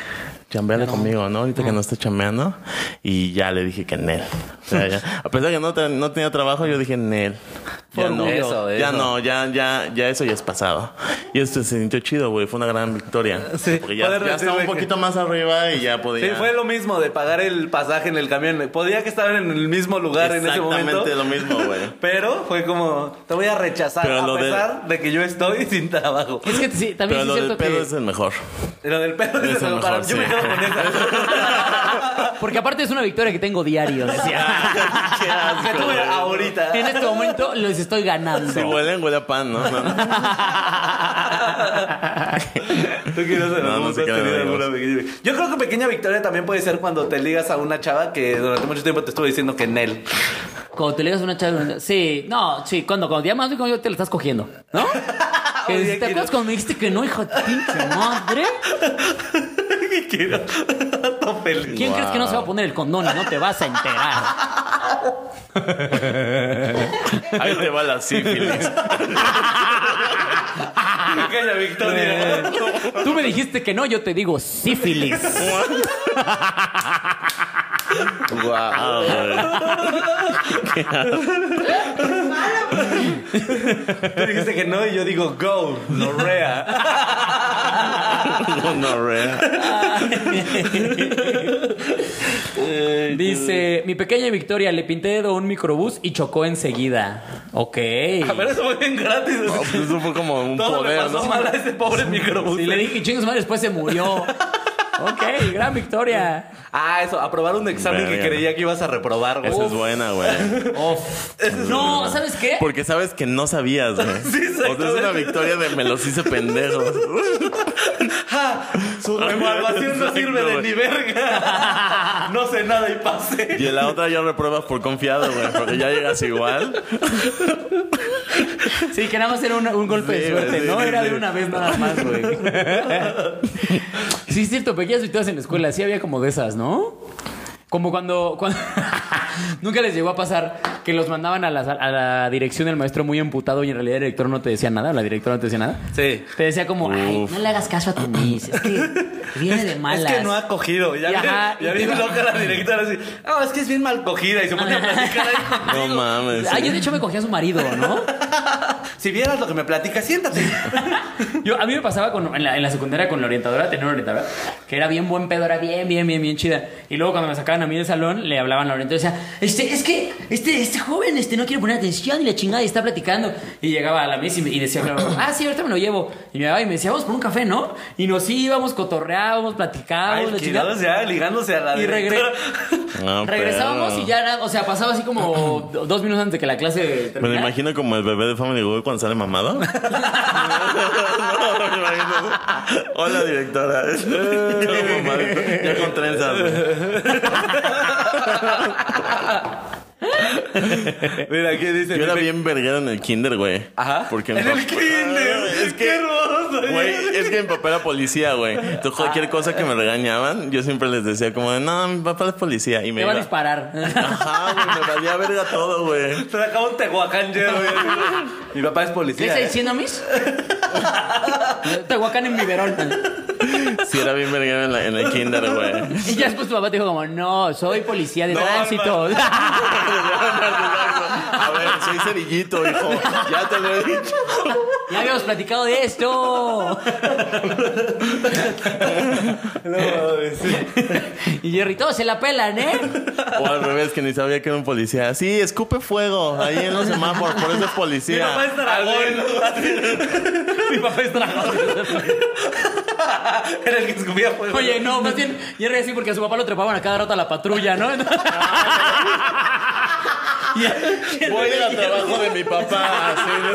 chambeale conmigo, ¿no? Ahorita que no esté chambeando. Y ya le dije que Nel. O sea, ya- a pesar de que no, te- no tenía trabajo, yo dije Nel. Ya Por no, eso, ya eso. no, ya, ya, ya eso ya es pasado. Y esto se sintió chido, güey. Fue una gran victoria. Sí, Porque ya, poder ya estaba un decirle que- poquito más arriba y ya podía. Sí, fue lo mismo de pagar el pasaje en el camión. Podía que estar en el mismo lugar en ese momento. Exactamente lo mismo, güey. Pero fue como, te voy a rechazar Pero a lo del- pesar de... que yo estoy sin trabajo. Es que sí, también Pero sí lo es cierto del pedo que... es el mejor. Lo del pedo Eso es lo mejor, para- Yo sí. me quedo con esa. Porque aparte es una victoria que tengo diario, decía. Qué que asco, tuve güey. ahorita. en este momento los estoy ganando. Si huelen, huele a pan, ¿no? No, no. Tú quieres hacer No, algún no sé has qué le tenido digas. alguna pequeña vic- Yo creo que pequeña victoria también puede ser cuando te ligas a una chava que durante mucho tiempo te estuvo diciendo que Nel. Cuando te ligas a una chava. Sí, no, sí, cuando, cuando te llamas y cuando yo te la estás cogiendo, ¿no? Que Oye, dices, ¿Te quiero- acuerdas cuando me dijiste que no, hijo de pinche madre? Quiero. Todo feliz. ¿Quién crees que no se va a poner el condón? No te vas a enterar. Ahí te va la sífilis. Ah, Pequeña victoria. Tú me dijiste que no, yo te digo sífilis. Guau, Ah, güey. Tú dijiste que no y yo digo go, Lorea. No, real. Dice, mi pequeña victoria, le pinté dedo a un microbús y chocó enseguida. Ok. Pero eso fue bien gratis. No, pues Eso fue como un Todo le poder, pasó ¿no? mal a ese pobre microbús. ¿eh? Y le dije, chingas madre, después se murió. Ok, gran victoria. Ah, eso, aprobar un examen Verga. que creía que ibas a reprobar, güey. Esa es buena, güey. Uf. No, ¿sabes qué? Porque sabes que no sabías, güey. Sí, o sea, es una exactamente. victoria de me los hice pendejos. ¡Ja! Su evaluación no Exacto, sirve de güey. ni verga. No sé nada y pasé. Y en la otra ya repruebas por confiado, güey. Porque ya llegas igual. Sí, que nada más era un, un golpe Sí, de suerte, sí, no sí, era sí. de una vez nada más, güey. sí, es cierto, pequeñas victorias en la escuela, sí había como de esas, ¿no? Como cuando, cuando- nunca les llegó a pasar que los mandaban a la, a la dirección del maestro muy emputado y en realidad el director no te decía nada, o la directora no te decía nada. Sí. Te decía como, ay, no le hagas caso a tu miss, es que viene de malas. Es que no ha cogido. Ya, Y ajá, vi- y ya te vi va- loca la directora así. Ah, es que es bien mal cogida. Y se pone a platicar ahí. No mames. Ay, yo de hecho me cogí a su marido, ¿no? Si vieras lo que me platica, siéntate. Yo, a mí me pasaba con, en, la, en la secundaria con la orientadora, tenía una orientadora que era bien buen pedo, era bien, bien, bien, bien chida. Y luego cuando me sacaban a mí del salón, le hablaban a la orientadora y decía, este, es que este, este joven este, no quiere poner atención y la chingada y está platicando. Y llegaba a la mesa y, me- y decía, ah, sí, ahorita me lo llevo. Y me, daba y me decía, vamos por un café, ¿no? Y nos íbamos, cotorreábamos, platicábamos, la chingada. Alquilados ya, ligándose a la Y regre- directora. No, Regresábamos pero- y ya, era- o sea, pasaba así como do- dos minutos antes de que la clase Me lo terminara. imagino como el bebé de Family Guy cuando sale mamado. No, me imagino. Hola, directora. Todo mamadito. Ya con trenzas, güey. Mira, aquí dice. Yo era bien verguero en el kinder, güey. Ajá. Porque mi en el papá- kinder. Ay, Es Qué que, hermoso. güey, es que mi papá era policía, güey. Entonces, Ah. cualquier cosa que me regañaban, yo siempre les decía como, de, no, mi papá es policía. Y me Te va a iba- disparar. Ajá, güey, me valía verga todo, güey. Se le acaba un tehuacán lleno. güey. Mi papá es ¿Qué policía. está ¿eh? diciendo, mis? Tehuacán en mi verón. Sí, era bien verguero en, la- en el kinder, güey. Y ya después tu papá te dijo como, no, soy policía de No, tránsito. A ver, soy cerillito, hijo. Ya te lo he dicho. ya habíamos platicado de esto. No, sí. Y Jerry, todos se la pelan, ¿eh? O al revés, que ni sabía que era un policía. Sí, escupe fuego ahí en los semáforos, por eso es Mi papá policía. es dragón. Mi papá es dragón. Era el que escupía fuego. Oye, no, más bien Jerry así porque a su papá lo trepaban a cada rato a la patrulla, ¿no? Ah, Y- Voy a ir al trabajo de mi papá. así, ¿no?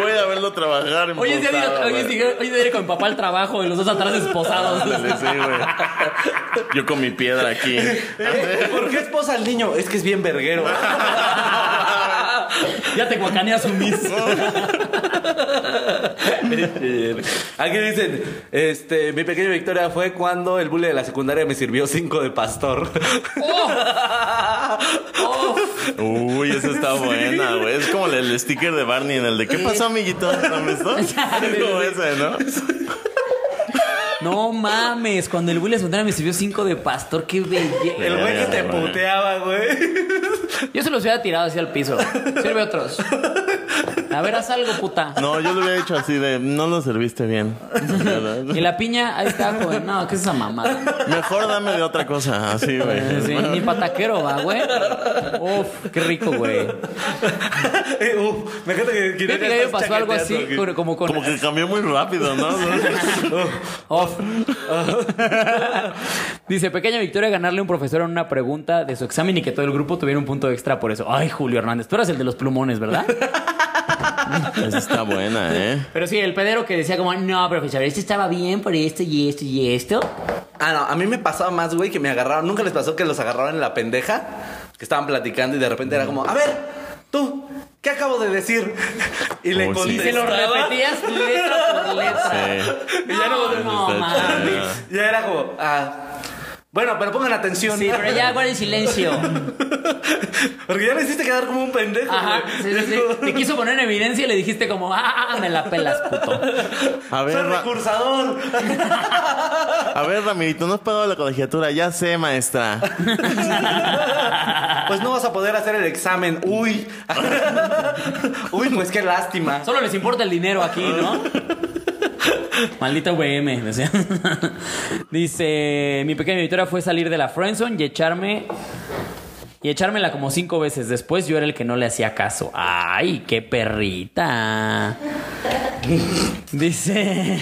Voy a ir a verlo trabajar. Hoy es día de ir, emposado, hoy es güey. día- hoy es día de ir con mi papá al trabajo y los dos atrás esposados. Ándale, sí, güey. Yo con mi piedra aquí. ¿Eh? ¿Por qué esposa al niño? Es que es bien verguero. Ya te guacaneas un mis. eh, Aquí dicen, este, mi pequeña victoria fue cuando el bully de la secundaria me sirvió cinco de pastor. Uy, esa está buena, güey. Es como el sticker de Barney en el de ¿Qué pasó, amiguito? ¿No me estás? Como ese, ¿no? No mames, cuando el Will Espontáneo me sirvió cinco de pastor, qué belleza. El güey que te Verga, güey. puteaba, güey. Yo se los hubiera tirado así al piso. Sirve otros. A ver, haz algo, puta. No, yo lo hubiera hecho así de no lo serviste bien. Y la piña, ahí está, joven. No, ¿qué es esa mamada? Mejor dame de otra cosa, así, güey. Sí, ni pataquero va, güey. Uf, qué rico, güey. Eh, uf, me encanta que Fíjate Quirina que a mí me estás pasó algo así, chaqueteando pero como con. Como que cambió muy rápido, ¿no? Off. Dice, pequeña victoria ganarle a un profesor en una pregunta de su examen y que todo el grupo tuviera un punto extra por eso. Ay, Julio Hernández, tú eras el de los plumones, ¿verdad? Esa está buena, ¿eh? Pero sí, el pedero que decía como, no, profesor, este estaba bien por esto y esto y esto. Ah, no, a mí me pasaba más, güey, que me agarraron. Nunca les pasó que los agarraron en la pendeja, que estaban platicando y de repente era como, a ver, tú, ¿qué acabo de decir? Y le Uy, sí. contestaba. Se lo repetías letra por letra. Sí. Y ya no, no, Está mames. chido. Ya era como, ah, bueno, pero pongan atención. Sí, pero ya guarda el silencio. Porque ya me hiciste quedar como un pendejo. Ajá. güey. sí, sí, sí. Te quiso poner en evidencia y le dijiste como, ah, ah, ah, me la pelas, puto. A Soy ver, Ra- recursador. a ver, Ramirito, no has pagado la colegiatura. Ya sé, maestra. Pues no vas a poder hacer el examen. Uy. Uy, pues qué lástima. Solo les importa el dinero aquí, ¿no? Maldita VM, decía. Dice, mi pequeña victoria fue salir de la friendzone y echarme y echármela como cinco veces. Después yo era el que no le hacía caso. Ay, qué perrita. Dice,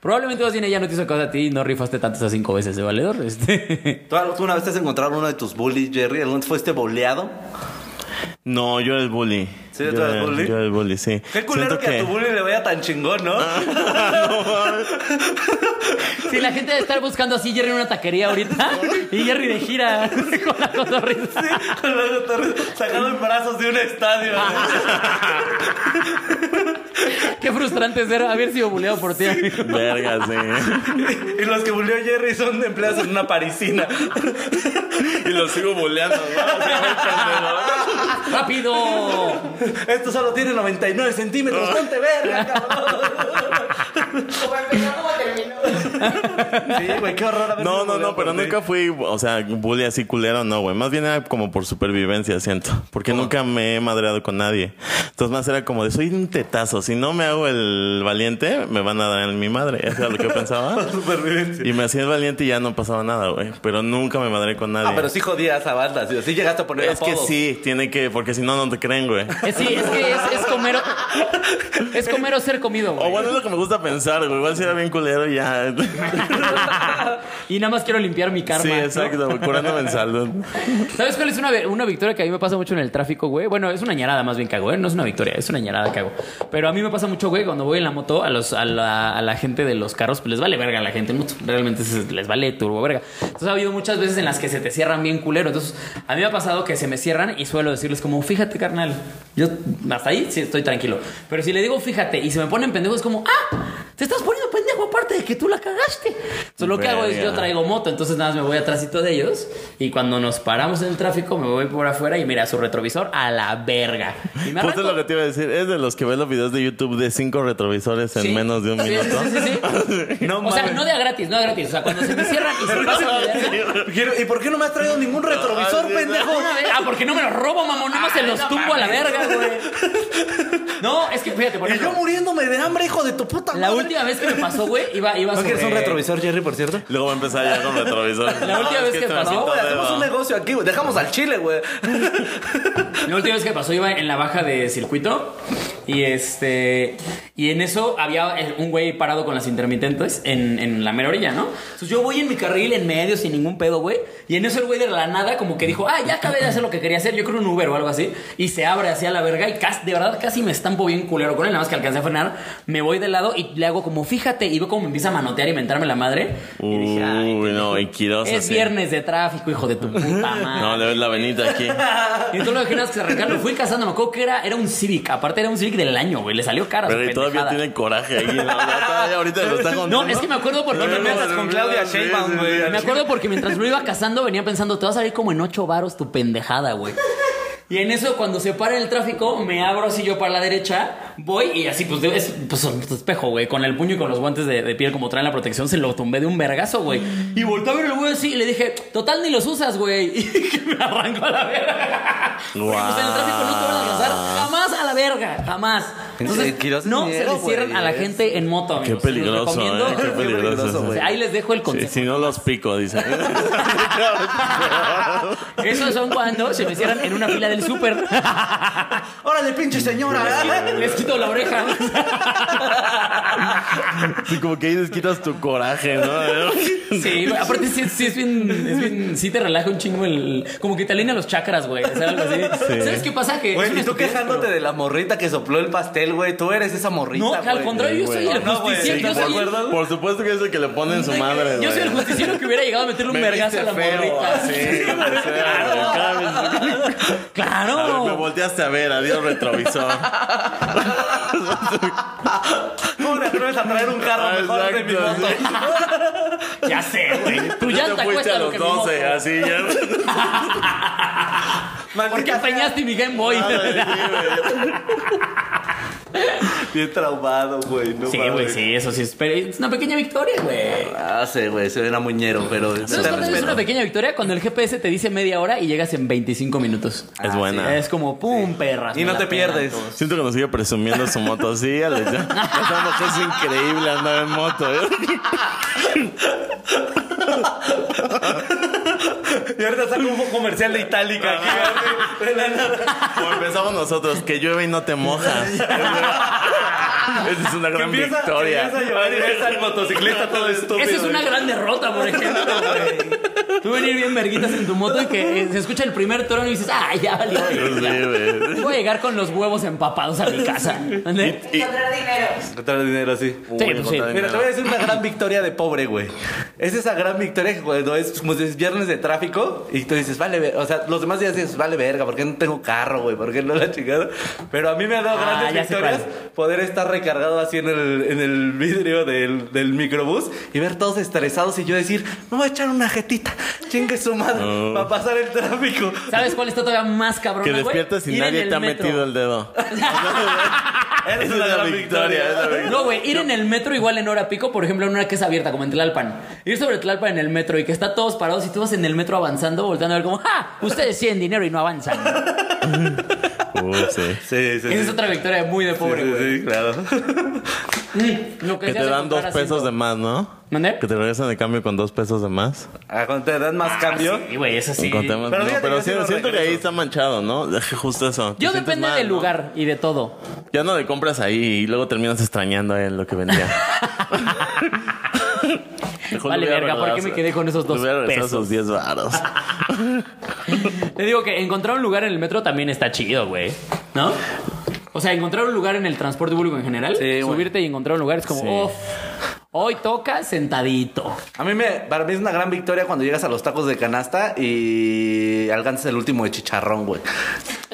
probablemente más bien ella no te hizo caso a ti y no rifaste tantas a cinco veces de valedor. Este. ¿Tú alguna vez te has encontrado uno de tus bullies, Jerry? ¿Alguna vez fuiste boleado? No, yo era el bully. ¿Sí, yo tú eras bully? Yo era el bully, sí. Qué culero Siento que, a tu bully le vaya tan chingón, ¿no? Si la gente debe estar buscando así Jerry en una taquería ahorita y Jerry de gira con la cotorrisa. Con los cotorros sacado en brazos de un estadio. ¿eh? Qué frustrante ser haber sido buleado por ti. amigo. Verga, sí. y los que buleó Jerry son empleados en una parisina. Y lo sigo bulleando, ¿no? O sea, muy pendejo. ¡Rápido! Esto solo tiene 99 centímetros. Ponte verga, cabrón. Como empezó, como terminó. Sí, güey, qué horror. haber No, sido no, buleado no, pero por ti. nunca fui, o sea, bully así culero, no, güey. Más bien era como por supervivencia, siento. Porque nunca me he madreado con nadie. Entonces, más era como de, soy un tetazo. Si no me hago el valiente, me van a dar en mi madre. Eso era lo que yo pensaba. Supervivencia. Y me hacía el valiente y ya no pasaba nada, güey. Pero nunca me madré con nadie. Ah, pero sí jodías a banda. Sí, sí llegaste a poner es que apodos. sí, tiene que, porque si no, no te creen, güey. Eh, Sí, es que es, es comer o- es comer o ser comido, O güey. Oh, bueno, es lo que me gusta pensar, güey. Igual si era bien culero y ya. y nada más quiero limpiar mi karma. Sí, ¿no? exacto, curándome en salud. ¿Sabes cuál es una, una victoria que a mí me pasa mucho en el tráfico, güey? Bueno, es una ñarada más bien que hago, güey. No es una victoria, es una ñarada que hago. Pero a mí me pasa mucho, güey, cuando voy en la moto a, los, a, la, a la gente de los carros, pues les vale verga a la gente. en moto. Realmente se- les vale turbo verga. Entonces ha habido muchas veces en las que se te cierran bien culero. Entonces a mí me ha pasado que se me cierran y suelo decirles como, fíjate, carnal. Yo hasta ahí sí estoy tranquilo. Pero si le digo, fíjate, y se me ponen pendejos, es como, ah, te estás poniendo pendejo aparte de que tú la cagaste. Entonces lo que hago es Verga. yo traigo traigo moto, entonces nada más me voy atrásito de ellos y cuando nos paramos en el tráfico me voy por afuera y mira su retrovisor a la verga. Y me Justo arranco. lo que te iba a decir, es de los que ven los videos de YouTube de cinco retrovisores en Sí. menos de un Sí, minuto. sí, sí, sí. No o sea, mames. no de a gratis, no de a gratis. O sea, cuando se me cierran y se pasan de verga. Quiero- ¿Y por qué no me has traído ningún Ah, retrovisor, Ay, pendejo? Una vez- Ah, porque no me los robo, mamón. Nada más se los tumbo a la verga, güey. No, es que fíjate, por Y yo ejemplo, muriéndome de hambre, hijo de tu puta madre. la última vez que me pasó, güey, iba, iba ¿No quieres un sobre- retrovisor, Jerry, por cierto? Luego va a empezar ya con retrovisor. La última vez que esto me pasó- No, siento güey, hacemos dedo. un negocio aquí, güey. Dejamos al chile, güey. La última vez que pasó iba en la baja de circuito y este y en eso había un güey parado con las intermitentes en, en la mera orilla, ¿no? Entonces yo voy en mi carril en medio sin ningún pedo, güey, y en eso el güey de la nada como que dijo, "Ah, ya acabé de hacer lo que quería hacer, yo creo un Uber o algo así." Y se abre hacia la verga y casi, de verdad casi me estampo bien culero con él, nada más que alcancé a frenar, me voy de lado y le hago como, "Fíjate", y veo como me empieza a manotear y mentarme la madre. y dije, "Ay, Uy, no, y Quiroz es así. viernes de tráfico, hijo de tu puta madre. No, le ves la venita aquí. Y tú lo imaginas que se arrancar, lo fui cazando, me acuerdo que era, era un Civic, aparte era un Civic del año, güey, le salió cara. Pero su y todavía pendejada. tiene coraje ahí. ¿no? Todavía ahorita lo está contando. No, es que me acuerdo porque No me metas con Claudia Sí, sí, Sheinbaum, sí, güey. sí. me acuerdo porque mientras lo iba cazando venía pensando, te vas a salir como en ocho varos tu pendejada, güey. Y en eso, cuando se para el tráfico, me abro así yo para la derecha, voy y así, pues, de- es, pues, un espejo, güey, con el puño y con los guantes de, de piel como traen la protección, se lo tumbé de un vergazo, güey. Y volteé a ver el güey así y le dije, total ni los usas, güey. Y que me arrancó a la verga. Porque, pues, en el tráfico no te van a alcanzar jamás a la verga, jamás. Eh, Entonces, Quiroz es no se dinero, le cierran güey, a la es- gente en moto, Qué amigos. Se los peligroso, recomiendo. eh. Qué peligroso. O sea, ahí les dejo el Sí, consejo. si no los pico, dice. Esos son cuando se me cierran en una fila del súper. Órale, pinche señora. Les quito la oreja. Sí, como que ahí les quitas tu coraje, ¿no? Sí, güey, aparte sí, sí es, bien, es bien- Sí te relaja un chingo el. Como que te alinea los chakras, güey. o sea, algo así. ¿Sabes qué pasa? Que. es Güey, una y tú estupidez, quejándote pero- de la morrita que sopló el pastel, güey. Tú eres esa morrita, No, güey. al contrario, yo soy el No, güey, justiciero. sí, yo ¿te soy el- acuerdas? Por supuesto que es el que le ponen su madre. Yo soy el güey. justiciero que hubiera llegado a meterle un Me vergazo a la viste feo, morrita. así, o sea, cada vez- A ver, me Claro. volteaste a ver, adiós retrovisor. ¿Cómo le atreves a traer un Ah, carro mejor de mi exacto, moto? sí. Ya sé, güey. Tu Ya llanta te fuiste cuesta a lo los que mi moto. 12, así ya. ¿Por qué Maldita sea. apañaste mi Game Boy? Ah, Bien traumado, güey. No Sí, mames. güey, sí, eso sí es. Pero es una pequeña victoria, güey. Ah, sí, güey. Se era muñero, pero... ¿Sabes te cuándo es respeto. una pequeña victoria? Cuando el GPS te dice media hora y llegas en 25 minutos. Es buena. Es como pum, perras. Y no me te la pelan pierdes. todos. Siento que nos sigue presumiendo su moto así, Alex. ya. Esta mujer es increíble andar en moto. ¿eh? Y ahorita saco un comercial de Itálica aquí, güey, de la nada. Como empezamos nosotros, que llueve y no te mojas. Esa es una Que gran empieza, victoria. que empieza a llover y ves al motociclista todo estúpido. Esa es una güey. gran derrota, por ejemplo, güey. Tú venir bien verguitas en tu moto y que eh, se escucha el primer trono y dices, ah, ya valió. Sí, ya". güey. Voy a llegar con los huevos empapados a mi casa. ¿Ande? Encontrar dinero. Encontrar dinero así. Sí, Uy, pues no sí. te- Mira, te voy a decir una gran victoria de pobre, güey. Es esa gran victoria que cuando es, como es viernes de tráfico y tú dices, vale, ver- o sea, los demás días dices, vale verga, ¿por qué no tengo carro, güey? ¿Por qué no la chingada? Pero a mí me ha dado Ah, ya grandes sé victorias poder estar recargado así en el, en el vidrio del, del microbús y ver todos estresados y yo decir, me voy a echar una jetita, chingue su madre, para pasar el tráfico. ¿Sabes cuál está todavía más cabrón? Que despiertas y nadie te ha metido el dedo. Esa Es una victoria. es una victoria. No, güey, ir en el metro igual en hora pico, por ejemplo, en una que es abierta, como en Tlalpan. Ir sobre Tlalpan en el metro y que está todos parados y tú vas en el metro avanzando, volteando a ver como, ¡ja! Ustedes tienen dinero y no avanzan. Uh, sí. Sí, sí, Esa sí. es otra victoria muy de pobre, Sí, güey. Mm, sí, sí, claro. Lo que se Que te hace dan dos comprar pesos de haciendo- más, ¿no? ¿Mande? Que te regresan de cambio con dos pesos de más. Ah, cuando te dan más cambio. Sí, güey, es así. Con temas- Pero no, fíjate, pero yo sí sí- lo siento que regreso. ahí está manchado, ¿no? Justo eso. Te Yo sientes depende mal, del ¿no? lugar y de todo. Ya no le compras ahí y luego terminas extrañando a él lo que vendía. Mejor Vale, le hubiera verga, ¿por qué regalado- me quedé con esos le dos hubiera regalado pesos? esos 10 varos. Te digo que encontrar un lugar en el metro también está chido, güey. ¿No? O sea, encontrar un lugar en el transporte público en general, Sí, güey. subirte y encontrar un lugar es como, Sí. "Uf, hoy toca sentadito. A mí me, para mí es una gran victoria cuando llegas a los tacos de canasta y alcanzas el último de chicharrón, güey.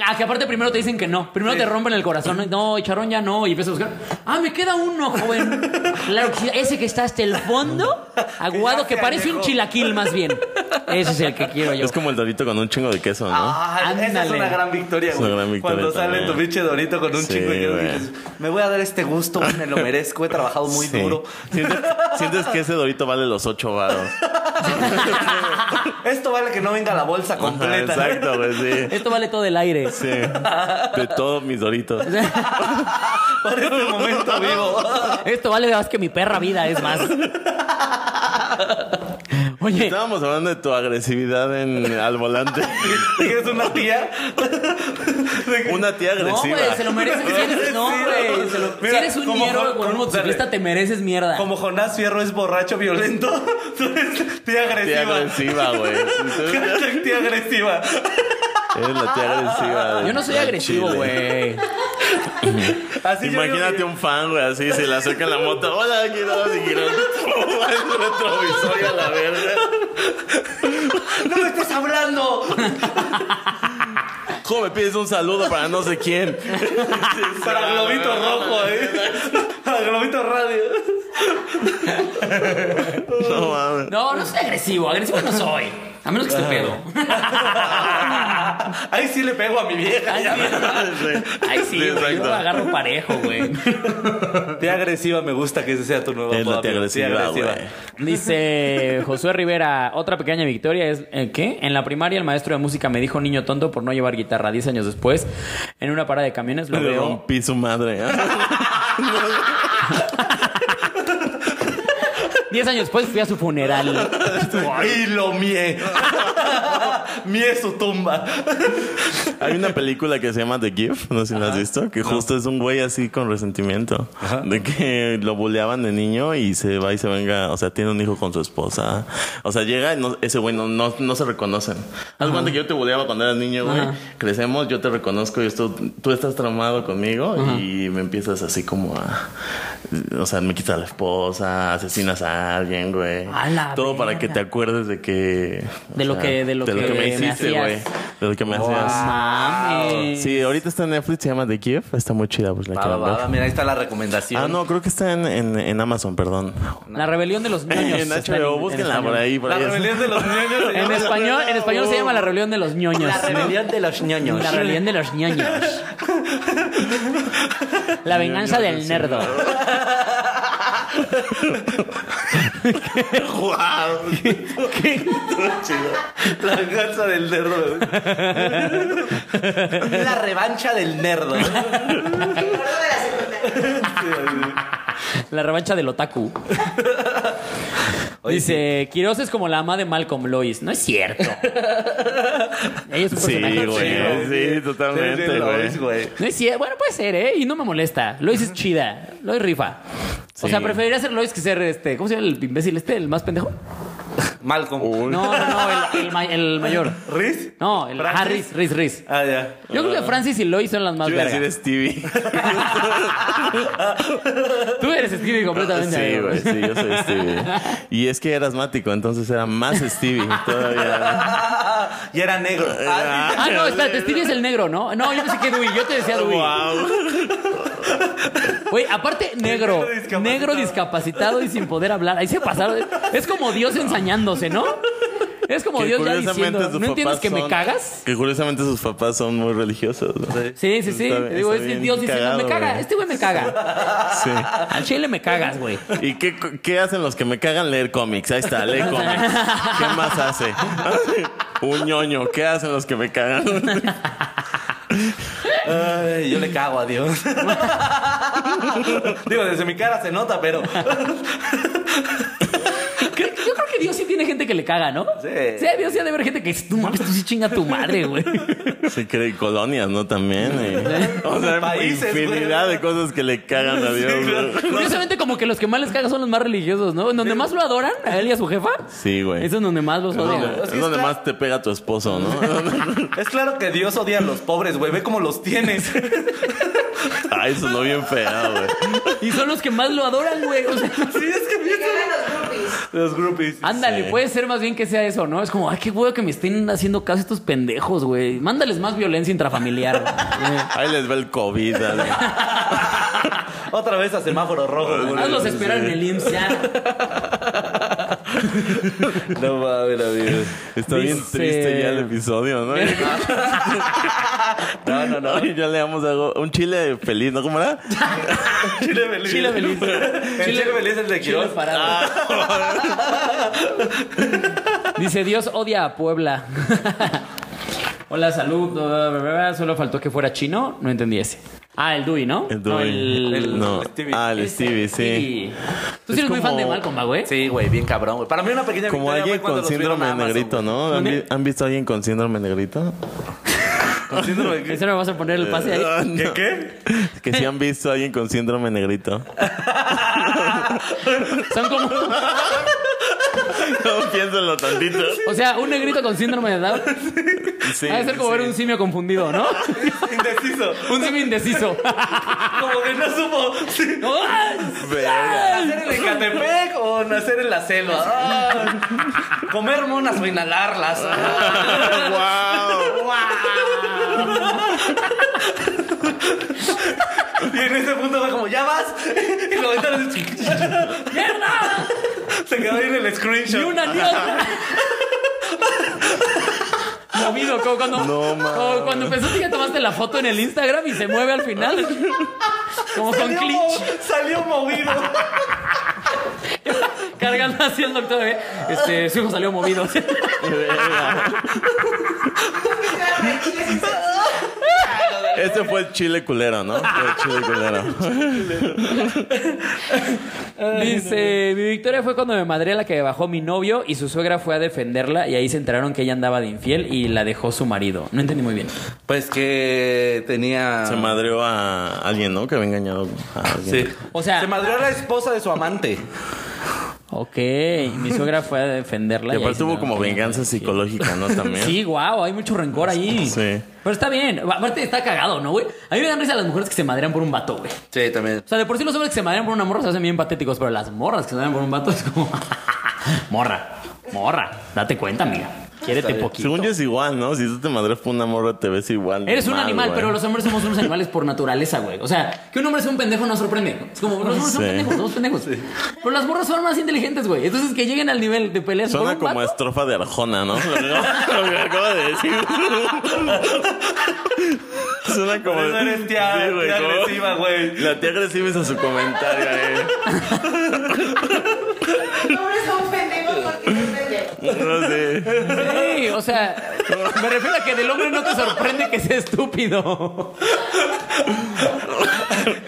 Ah, que aparte primero te dicen que no. Primero te rompen el corazón. No, charrón ya no. Y empiezas a buscar. Ah, me queda uno, joven. Claro que sí, Ese que está hasta el fondo, aguado, Ya que se parece un alejó. chilaquil más bien. Ese es el que quiero yo. Es como el dorito con un chingo de queso, ¿no? Ah, esa es Ándale. una gran victoria, Es güey. una gran victoria Cuando sale también. tu pinche dorito con un Sí, chingo de queso, güey. dices, me voy a dar este gusto, güey, me lo merezco, he trabajado muy Sí. duro. ¿Sientes, sientes que ese dorito vale los 8 varos. Esto vale que no venga la bolsa completa. Ajá, Exacto, güey, sí. Esto vale todo el aire. Sí. De todos mis doritos. Por este momento vivo. Esto vale más que mi perra vida, es más. Oye, Estábamos hablando de tu agresividad en, al volante. ¿Tienes una tía? Una tía no, agresiva. güey, se lo mereces. Si eres, no, Sí, güey. se lo- si mira, eres un como mierda Juan- con un como- motociclista, dale. te mereces mierda. Como Jonás Fierro es borracho violento, tú eres tía Tía agresiva. agresiva, güey. Entonces, Hashtag tía agresiva. Eres la tía agresiva. de- Ah, Yo no soy de agresivo, Chile. güey. Así yo Imagínate digo un fan, güey, así se le acerca en la moto. Hola, quiero y quiero. el retrovisor a la verga. que- ¡No me estás hablando! ¿Cómo me pides un saludo para no sé quién? Para Globito Rojo, eh. Para Globito Radio. No mames. No, no soy agresivo. Agresivo no soy. A menos que esté pedo. Ahí sí le pego a mi vieja. Ay, ya. sí. Ay, sí, Sí, güey, yo exacto. agarro parejo, güey. Tía agresiva, me gusta que ese sea tu nuevo Es la apodo, tía amigo. agresiva, güey. Dice Josué Rivera, otra pequeña victoria es, ¿eh, ¿qué? En la primaria el maestro de música me dijo niño tonto por no llevar guitarra. Diez años después, en una parada de camiones, lo Le veo... rompí su madre. Diez años después fui a su funeral. Y lo mie. mie su tumba. Hay una película que se llama The Gift, no sé si la has visto, que justo es un güey así con resentimiento, de que lo buleaban de niño y se va y se venga, o sea, tiene un hijo con su esposa. O sea, llega y no- ese güey no, no, no se reconocen. Haz cuenta que yo te buleaba cuando eras niño, güey. Crecemos, yo te reconozco y esto, tú estás tramado conmigo y me empiezas así como a... O sea, me quitas a la esposa, asesinas a alguien, güey. A la Todo para que verga. te acuerdes de que... o De lo sea, que- de lo que me me hiciste, hacías. güey. De lo que me hacías. Mames. Sí, ahorita está en Netflix, se llama The Kiev. Está muy chida, pues la Va, va, quiero va, ver. mira, ahí está la recomendación. Ah, no, creo que está en, en, en Amazon, perdón. La rebelión de los ñoños. en está en- HBO, en búsquenla español. por ahí. Por La ahí. rebelión de los niños. se En llama. español, en español se llama la rebelión de los ñoños. La rebelión de los ñoños. La rebelión de los ñoños. La venganza del nerdo. ¡Guau! La venganza del nerdo. la revancha del nerdo. Recuerdo de la secundaria. La revancha del otaku. Dice, Quiroz es como la ama de Malcolm Lois. No es cierto. Ella es un Sí, personaje chido. güey. Sí, totalmente, Sí, güey. sí, lo es, No es cierto. Bueno, puede ser, ¿eh? Y no me molesta. Lois es chida. Lois rifa. O Sí. sea, preferiría ser Lois que ser este. ¿Cómo se llama el imbécil este? ¿El más pendejo? Malcolm. No, no, no, el, el ma- el mayor. ¿Riz? No, el ¿Francis? Harris, Riz, Riz. Ah, ya. Yo creo que Francis y Lois son las más Yo iba a vergas. decir Stevie. Tú eres Stevie completamente. Ah, sí, amigo. güey, sí, yo soy Stevie. Y es que era asmático, entonces era más Stevie todavía. Y era negro. Ah, Ah, no, espérate, Stevie es el negro, ¿no? No, yo pensé que Dewey, yo te decía Dewey. ¡Wow! Güey, aparte, negro, Negro discapacitado. negro discapacitado y sin poder hablar. Ahí se pasaron. Es como Dios ensañándose, ¿no? Es como Dios ya diciendo, ¿no entiendes que me son- cagas? Que curiosamente sus papás son muy religiosos. ¿no? Sí, sí, sí. Está- Te digo, está es bien Dios diciendo, me cagado, caga, güey. este güey me caga. Sí. Al chile me cagas, güey. ¿Y qué, qué hacen los que me cagan leer cómics? Ahí está, lee cómics. ¿Qué más hace? Un ñoño. ¿Qué hacen los que me cagan? Ay, yo le cago a Dios. Digo, desde mi cara se nota, pero. Creo- Yo creo que Dios sí tiene gente que le caga, ¿no? Sí. Sí, Dios sí ha de haber gente que dice, tú mames, tú sí chinga tu madre, güey. Sí, cree colonias, ¿no? También. eh. O sea, Países, güey. infinidad de cosas que le cagan a Dios. güey. Curiosamente, como que los que más les cagan son los más religiosos, ¿no? En donde más lo adoran, a él y a su jefa. Sí, güey. Eso es donde más los odian. es que Es donde está- más te pega tu esposo, ¿no? Es claro que Dios odia a los pobres, güey. Ve cómo los tienes. Ay, sonó bien feo, güey. Y son los que más lo adoran, güey. O sea, Sí, es que piensa. Llegan los groupies. Los groupies. ándale, Sí. puede ser más bien que sea eso, ¿no? Es como, ay, qué huevo que me estén haciendo caso estos pendejos, güey. Mándales más violencia intrafamiliar. güey. Ahí les va el COVID. dale. Otra vez a semáforo rojo. güey. Ah, Hazlos esperar en el IMSS ya. No mames, amigo. Está bien Dice- triste ya el episodio, ¿no? No, no, no. Ay, ya le damos algo. Un chile feliz, ¿no? ¿Cómo era? Chile feliz. Chile feliz. El chile feliz es el de Chile Quiroz. parado. Dice, Dios odia a Puebla. Hola, salud. bla, bla, bla, bla. Solo faltó que fuera chino. No entendí ese. Ah, el Dewey, ¿no? El No, Dewey. el- el- no. Stevie. Ah, el ese. Stevie, sí. Tú Es Este, sí eres muy fan como- de Malcolm, ¿va, güey. Sí, güey, bien cabrón, güey. Para mí una pequeña Como victoria alguien fue cuando los con subieron síndrome a Amazon, negrito, ¿no? ¿Han, vi- ¿Dónde? han visto a alguien con síndrome negrito? güey. Con síndrome de Eso me vas a poner el pase ahí. Ah, no. ¿Qué? Que si han visto a alguien con síndrome negrito. Son como. No, piénsenlo tantito. O sea, un negrito con síndrome de Down. Sí, Ha de ser como ver un simio confundido, ¿no? Indeciso. Un simio indeciso. ¡Oh! Como que no supo si No, ¡ay! nacer en Ecatepec o nacer en la selva. Ah, comer monas o inhalarlas. Ah, ¡Wow! Y en ese punto fue como, ¿ya vas? Y lo aventaron. ¡Mierda! Se quedó ahí en el ¡Y screenshot. una diosa! Movido, como cuando, No, ma. como cuando pensaste que tomaste la foto en el Instagram y se mueve al final. Como con Salió, mo- clinch, salió movido. cargando así el doctor. ¿eh? Este, su hijo salió movido. Este fue el chile culero, ¿no? Fue el chile culero. Dice, mi victoria fue cuando me madré la que bajó mi novio y su suegra fue a defenderla y ahí se enteraron que ella andaba de infiel y la dejó su marido. No entendí muy bien. Pues que tenía. Se madreó a alguien, ¿no? Que había engañado a alguien. Sí. O sea- se madrió a la esposa de su amante. Ok, mi suegra fue a defenderla. Y ahí aparte se tuvo enteraron como que ella andaba venganza de infiel. psicológica, ¿no? También. Sí, wow, hay mucho rencor ahí. Sí. Pero está bien. Aparte está cagado, ¿no, güey? A mí me dan risa las mujeres que se madrean por un vato, güey. O Sí, también. sea, de por sí los hombres que se madrean por una morra se hacen bien patéticos, pero las morras que se madrean por un vato es como... morra, morra, date cuenta, amiga. Quiérete poquito. Según yo es igual, ¿no? Si tú te madres por una morra, te ves igual. de Eres un mal, animal, güey. pero los hombres somos unos animales por naturaleza, güey. O sea, que un hombre sea un pendejo no sorprende. Es como, los hombres son Sí. pendejos, somos pendejos. Pero las morras son más inteligentes, güey. Entonces, que lleguen al nivel de peleas por Suena un como vato, estrofa de Arjona, ¿no? Lo que- lo que acabo de decir. Suena como... Por eso eres tía- Sí, güey, tía como- agresiva, güey. La tía agresiva hizo su comentario, eh. Los pobres son pendejos porque son pendejos. No sé. Sí, o sea, me refiero a que del hombre no te sorprende que sea estúpido.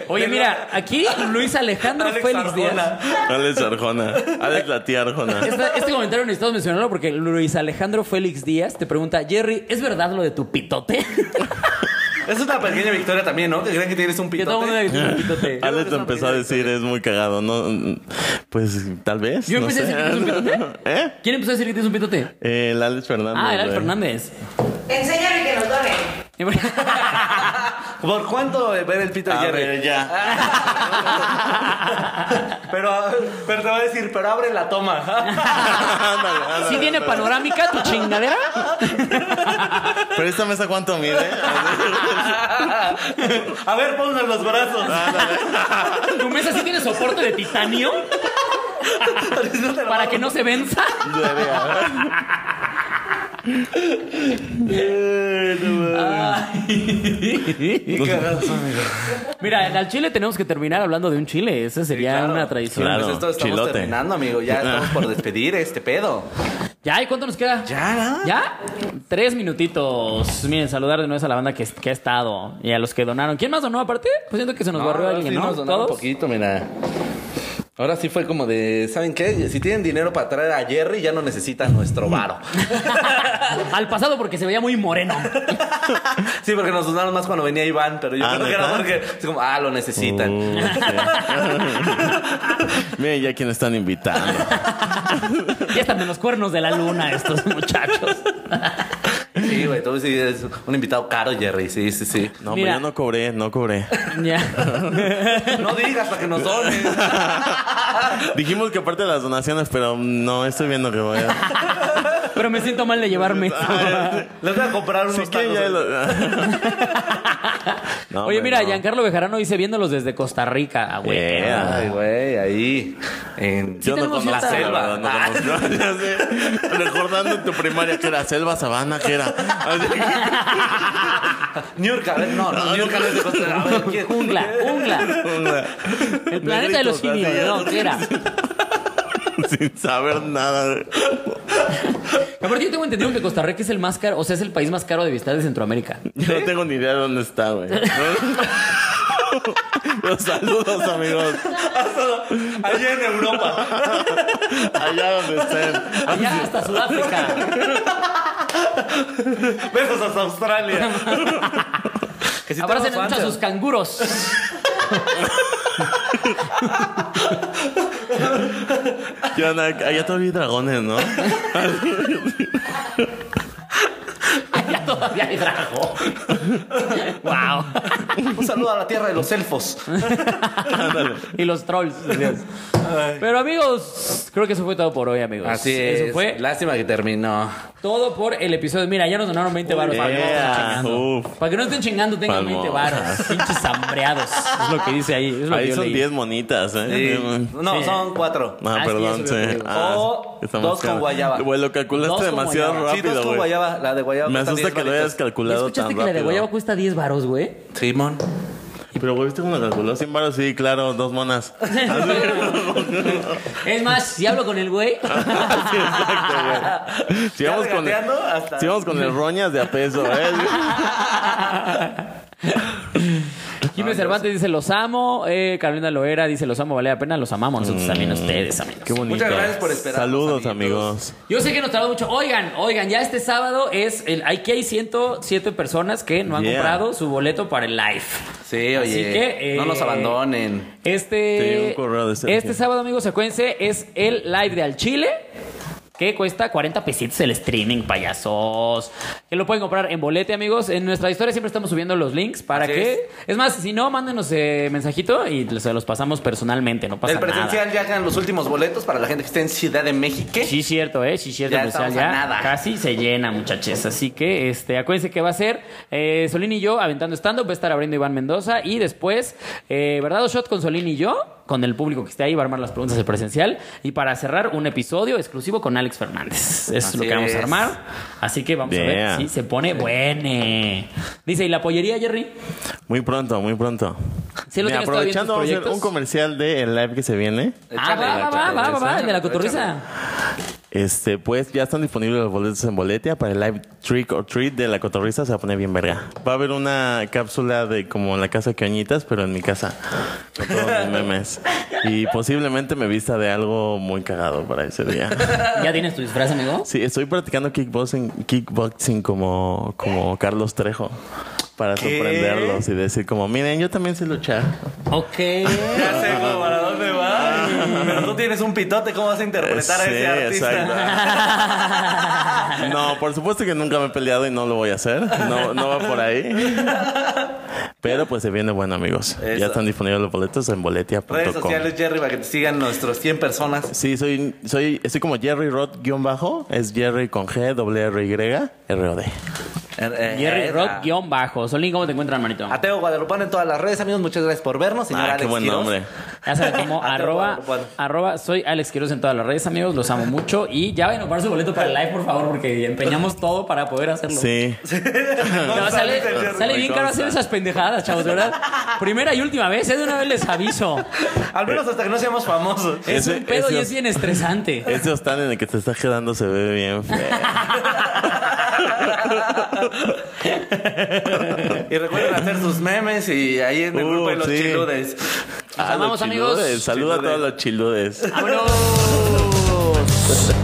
Oye, mira, aquí Luis Alejandro Alex Félix Arjona. Díaz. Alex Arjona. Alex la tía Arjona. Esta- este comentario necesitamos mencionarlo porque Luis Alejandro Félix Díaz te pregunta, Jerry, ¿es verdad lo de tu pitote? Es una pequeña victoria también, ¿no? Que creen que tienes un Que todo el mundo pitote. dice, "Tu pitote. Alex lo empezó a decir, es muy cagado, ¿no? Pues tal vez. Yo no empecé a sé. decir que tienes un pitote. ¿Eh? ¿Quién empezó a decir que tienes un pitote? Eh, El Alex Fernández. Ah, era el güey. Fernández. Enséñale que nos donen. ¿Por cuánto eh, ver el pito de A Jerry? ver, ya. Pero, pero te va a decir, pero abre la toma. Ándale, ándale. ¿Sí tiene panorámica tu chingadera? Pero esta mesa cuánto mide. A ver, pongan los Ah, brazos. ¿Tu mesa sí tiene soporte de titanio para que no se venza? Ay. Mira, en al chile tenemos que terminar hablando de un chile. Esa sería Claro. una tradición. Claro. Pues esto estamos chilote. Ah. terminando, amigo. Ya estamos por despedir este pedo. ¿Ya? ¿Y cuánto nos queda? Ya. ¿Ya? Tres minutitos. Miren, saludar de nuevo a la banda que, que ha estado y a los que donaron. ¿Quién más donó aparte? Pues siento que se nos No, barrió alguien, sí ¿no? nos donaron ¿Todos? poquito, mira. Ahora sí fue como de, ¿saben qué? Si tienen dinero para traer a Jerry, ya no necesitan nuestro varo. Al pasado porque se veía muy moreno. sí, porque nos donaron más cuando venía Iván, pero yo Ah, creo que era ¿neta? porque, es como, ah, lo necesitan. Uh, sí. Miren ya quién están invitando. Ya están de los cuernos de la luna estos muchachos. Sí, güey, tú sí es un invitado caro, Jerry. Sí, sí, sí. No, Mira. pero yo no cobré, no cobré. Ya. No digas para que nos donen. Dijimos que aparte de las donaciones, pero no estoy viendo que voy a. Pero Ah, me siento mal de llevarme. Les voy a comprar unos Sí que tacos. ya lo- No, Oye, hombre, mira, no. Giancarlo Bejarano dice viéndolos desde Costa Rica, ah, güey. Eh, Ay, güey, ahí. En... Yo no tenemos conozco la cierta- selva, la Ah. verdad, no conozco. Ya sé. Recordando en tu primaria que era selva, sabana, que era. Así que- Niurka, a ver, no, no, Niurka no es de Costa Rica. A ver, ¿quién? Jungla, jungla. El planeta de los Negritos, simios, así, no, ¿qué era? Sin saber nada. Aparte, yo tengo entendido que Costa Rica es el más caro, o sea, es el país más caro de visitar de Centroamérica. Yo no tengo ni idea de dónde está, güey. Los saludos, amigos. Allá en Europa. Allá donde estén. Allá hasta Sudáfrica. Besos hasta Australia. que si Abracen tenemos mucho a fans, sus canguros. ¿Qué onda? Allá todavía hay dragones, ¿no? Allá todavía hay dragón. wow. Un saludo a la tierra de los elfos. Y los trolls. Pero amigos, creo que eso fue todo por hoy, amigos. Eso fue Lástima que terminó. todo por el episodio. Mira, ya nos donaron 20 varos. para que no estén yeah. chingando. Uf. Para que no estén chingando, tengan 20 varos. Palmosas. Pinches hambreados. Es lo que dice ahí. Es lo que Ahí yo son leí. 10 monitas, ¿eh? No, son cuatro. Ah, Ah, es que ya perdón, subió sí. contigo. Ah, O estamos dos con quedando- guayaba. Güey, lo Dos calculaste con demasiado guayaba. sí, dos rápido, con güey. guayaba. La de guayaba. Me cuesta asusta 10 que lo hayas varitas. ¿Ya calculado tan escuchaste rápido. que la de Guayaba cuesta 10 varos, güey? Simón. Pero, güey, ¿viste cómo la calculó? Sin varos, sí, claro, dos monas. es más, si hablo con el güey, Sí, exacto, güey. Si Ya vamos con, regateando hasta- si vamos con el roñas de a peso, ¿eh? Jimmy Cervantes dice los amo, eh, Carolina Loera dice los amo, vale la pena, los amamos nosotros también a ustedes, amigos. Mm. Qué bonito. Muchas gracias por esperarnos, Saludos, amiguitos. amigos. Yo sé que nos tardó mucho. Oigan, oigan, ya este sábado es el. Aquí hay 107 personas que no han Yeah. comprado su boleto para el live. Sí, oye. Así que, eh, no nos abandonen. Te Este. llegó un correo de Sergio. este sábado, amigos, acuérdense, es el live de Al Chile. Que cuesta 40 pesitos el streaming, payasos. Que lo pueden comprar en bolete, amigos. En nuestra historia siempre estamos subiendo los links para Así que. es. Es. más, si no, mándenos eh, mensajito y se los pasamos personalmente. No pasa El presencial nada. ya ganan los últimos boletos para la gente que esté en Ciudad de México. Sí, cierto, ¿eh? Sí, cierto. Ya pues, estamos a nada. Casi se llena, muchachos. Así que este, acuérdense que va a ser eh, Solín y yo aventando stand-up. Va a estar abriendo Iván Mendoza. Y después, eh, ¿verdad o shot con Solín y yo? Con el público que esté ahí, va a armar las preguntas de presencial. Y para cerrar, un episodio exclusivo con Alex Fernández. Eso es Así lo que vamos a es. armar. Así que vamos a ver Yeah. si se pone buene. Dice, ¿y la pollería, Jerry? Muy pronto, muy pronto. Sí, lo Mira, tienes todavía en tus aprovechando, vamos a hacer proyectos. un comercial del live que se viene. Ah, Échale, va, va, va, échale, va, va, va, échale, el de la échale. cotorriza. Este, pues ya están disponibles los boletos en boletia para el live Trick or Treat de la cotorrista. Se va a poner bien verga. Va a haber una cápsula de como en la casa que oñitas, pero en mi casa. Con todos mis memes. Y posiblemente me vista de algo muy cagado para ese día. ¿Ya tienes tu disfraz, amigo? Sí, estoy practicando kickboxing, kickboxing como, como Carlos Trejo. Para sorprenderlos y decir como, miren, yo también sé luchar. Ok. Ya sé como para dónde va. Pero tú tienes un pitote, ¿cómo vas a interpretar a Sí, ese artista? exacto. No, por supuesto que nunca me he peleado y no lo voy a hacer. No, no va por ahí. Pero pues se viene bueno, amigos. Eso. Ya están disponibles los boletos en Redes boletia.com. sociales, Jerry, para que te sigan nuestros 100 personas. Sí, soy, soy, estoy como Jerry Rod guión bajo. Es Jerry con G, doble R, Y, R, O, D. Jerry Jerry Rock guión bajo. Solín, ¿cómo te encuentran, manito? Eh, Ateo Guadalupano en todas las redes, amigos. Muchas gracias por vernos, señor Ah, Alex qué buen Quiroz. nombre. Ya saben como Ateo arroba, Guadalupe. arroba, soy Alex Quiroz en todas las redes, amigos. Los amo mucho. Y ya vayan a comprar su boleto para el live, por favor, porque empeñamos todo para poder hacerlo. Sí. No, No, sale, sale Jerry. sale bien Me caro consta. hacer esas pendejadas, chavos, de verdad. Primera y última vez, ¿eh? de una vez les aviso. Al Eh, menos hasta que no seamos famosos. Es Ese- un pedo y ese- es bien estresante. Ese hostal en el que te estás quedando se ve bien feo. Y recuerden hacer sus memes y ahí en el Uh, grupo de los sí. chiludes. Ah, amamos, amigos. Saluda a todos los chiludes. ¡Vámonos!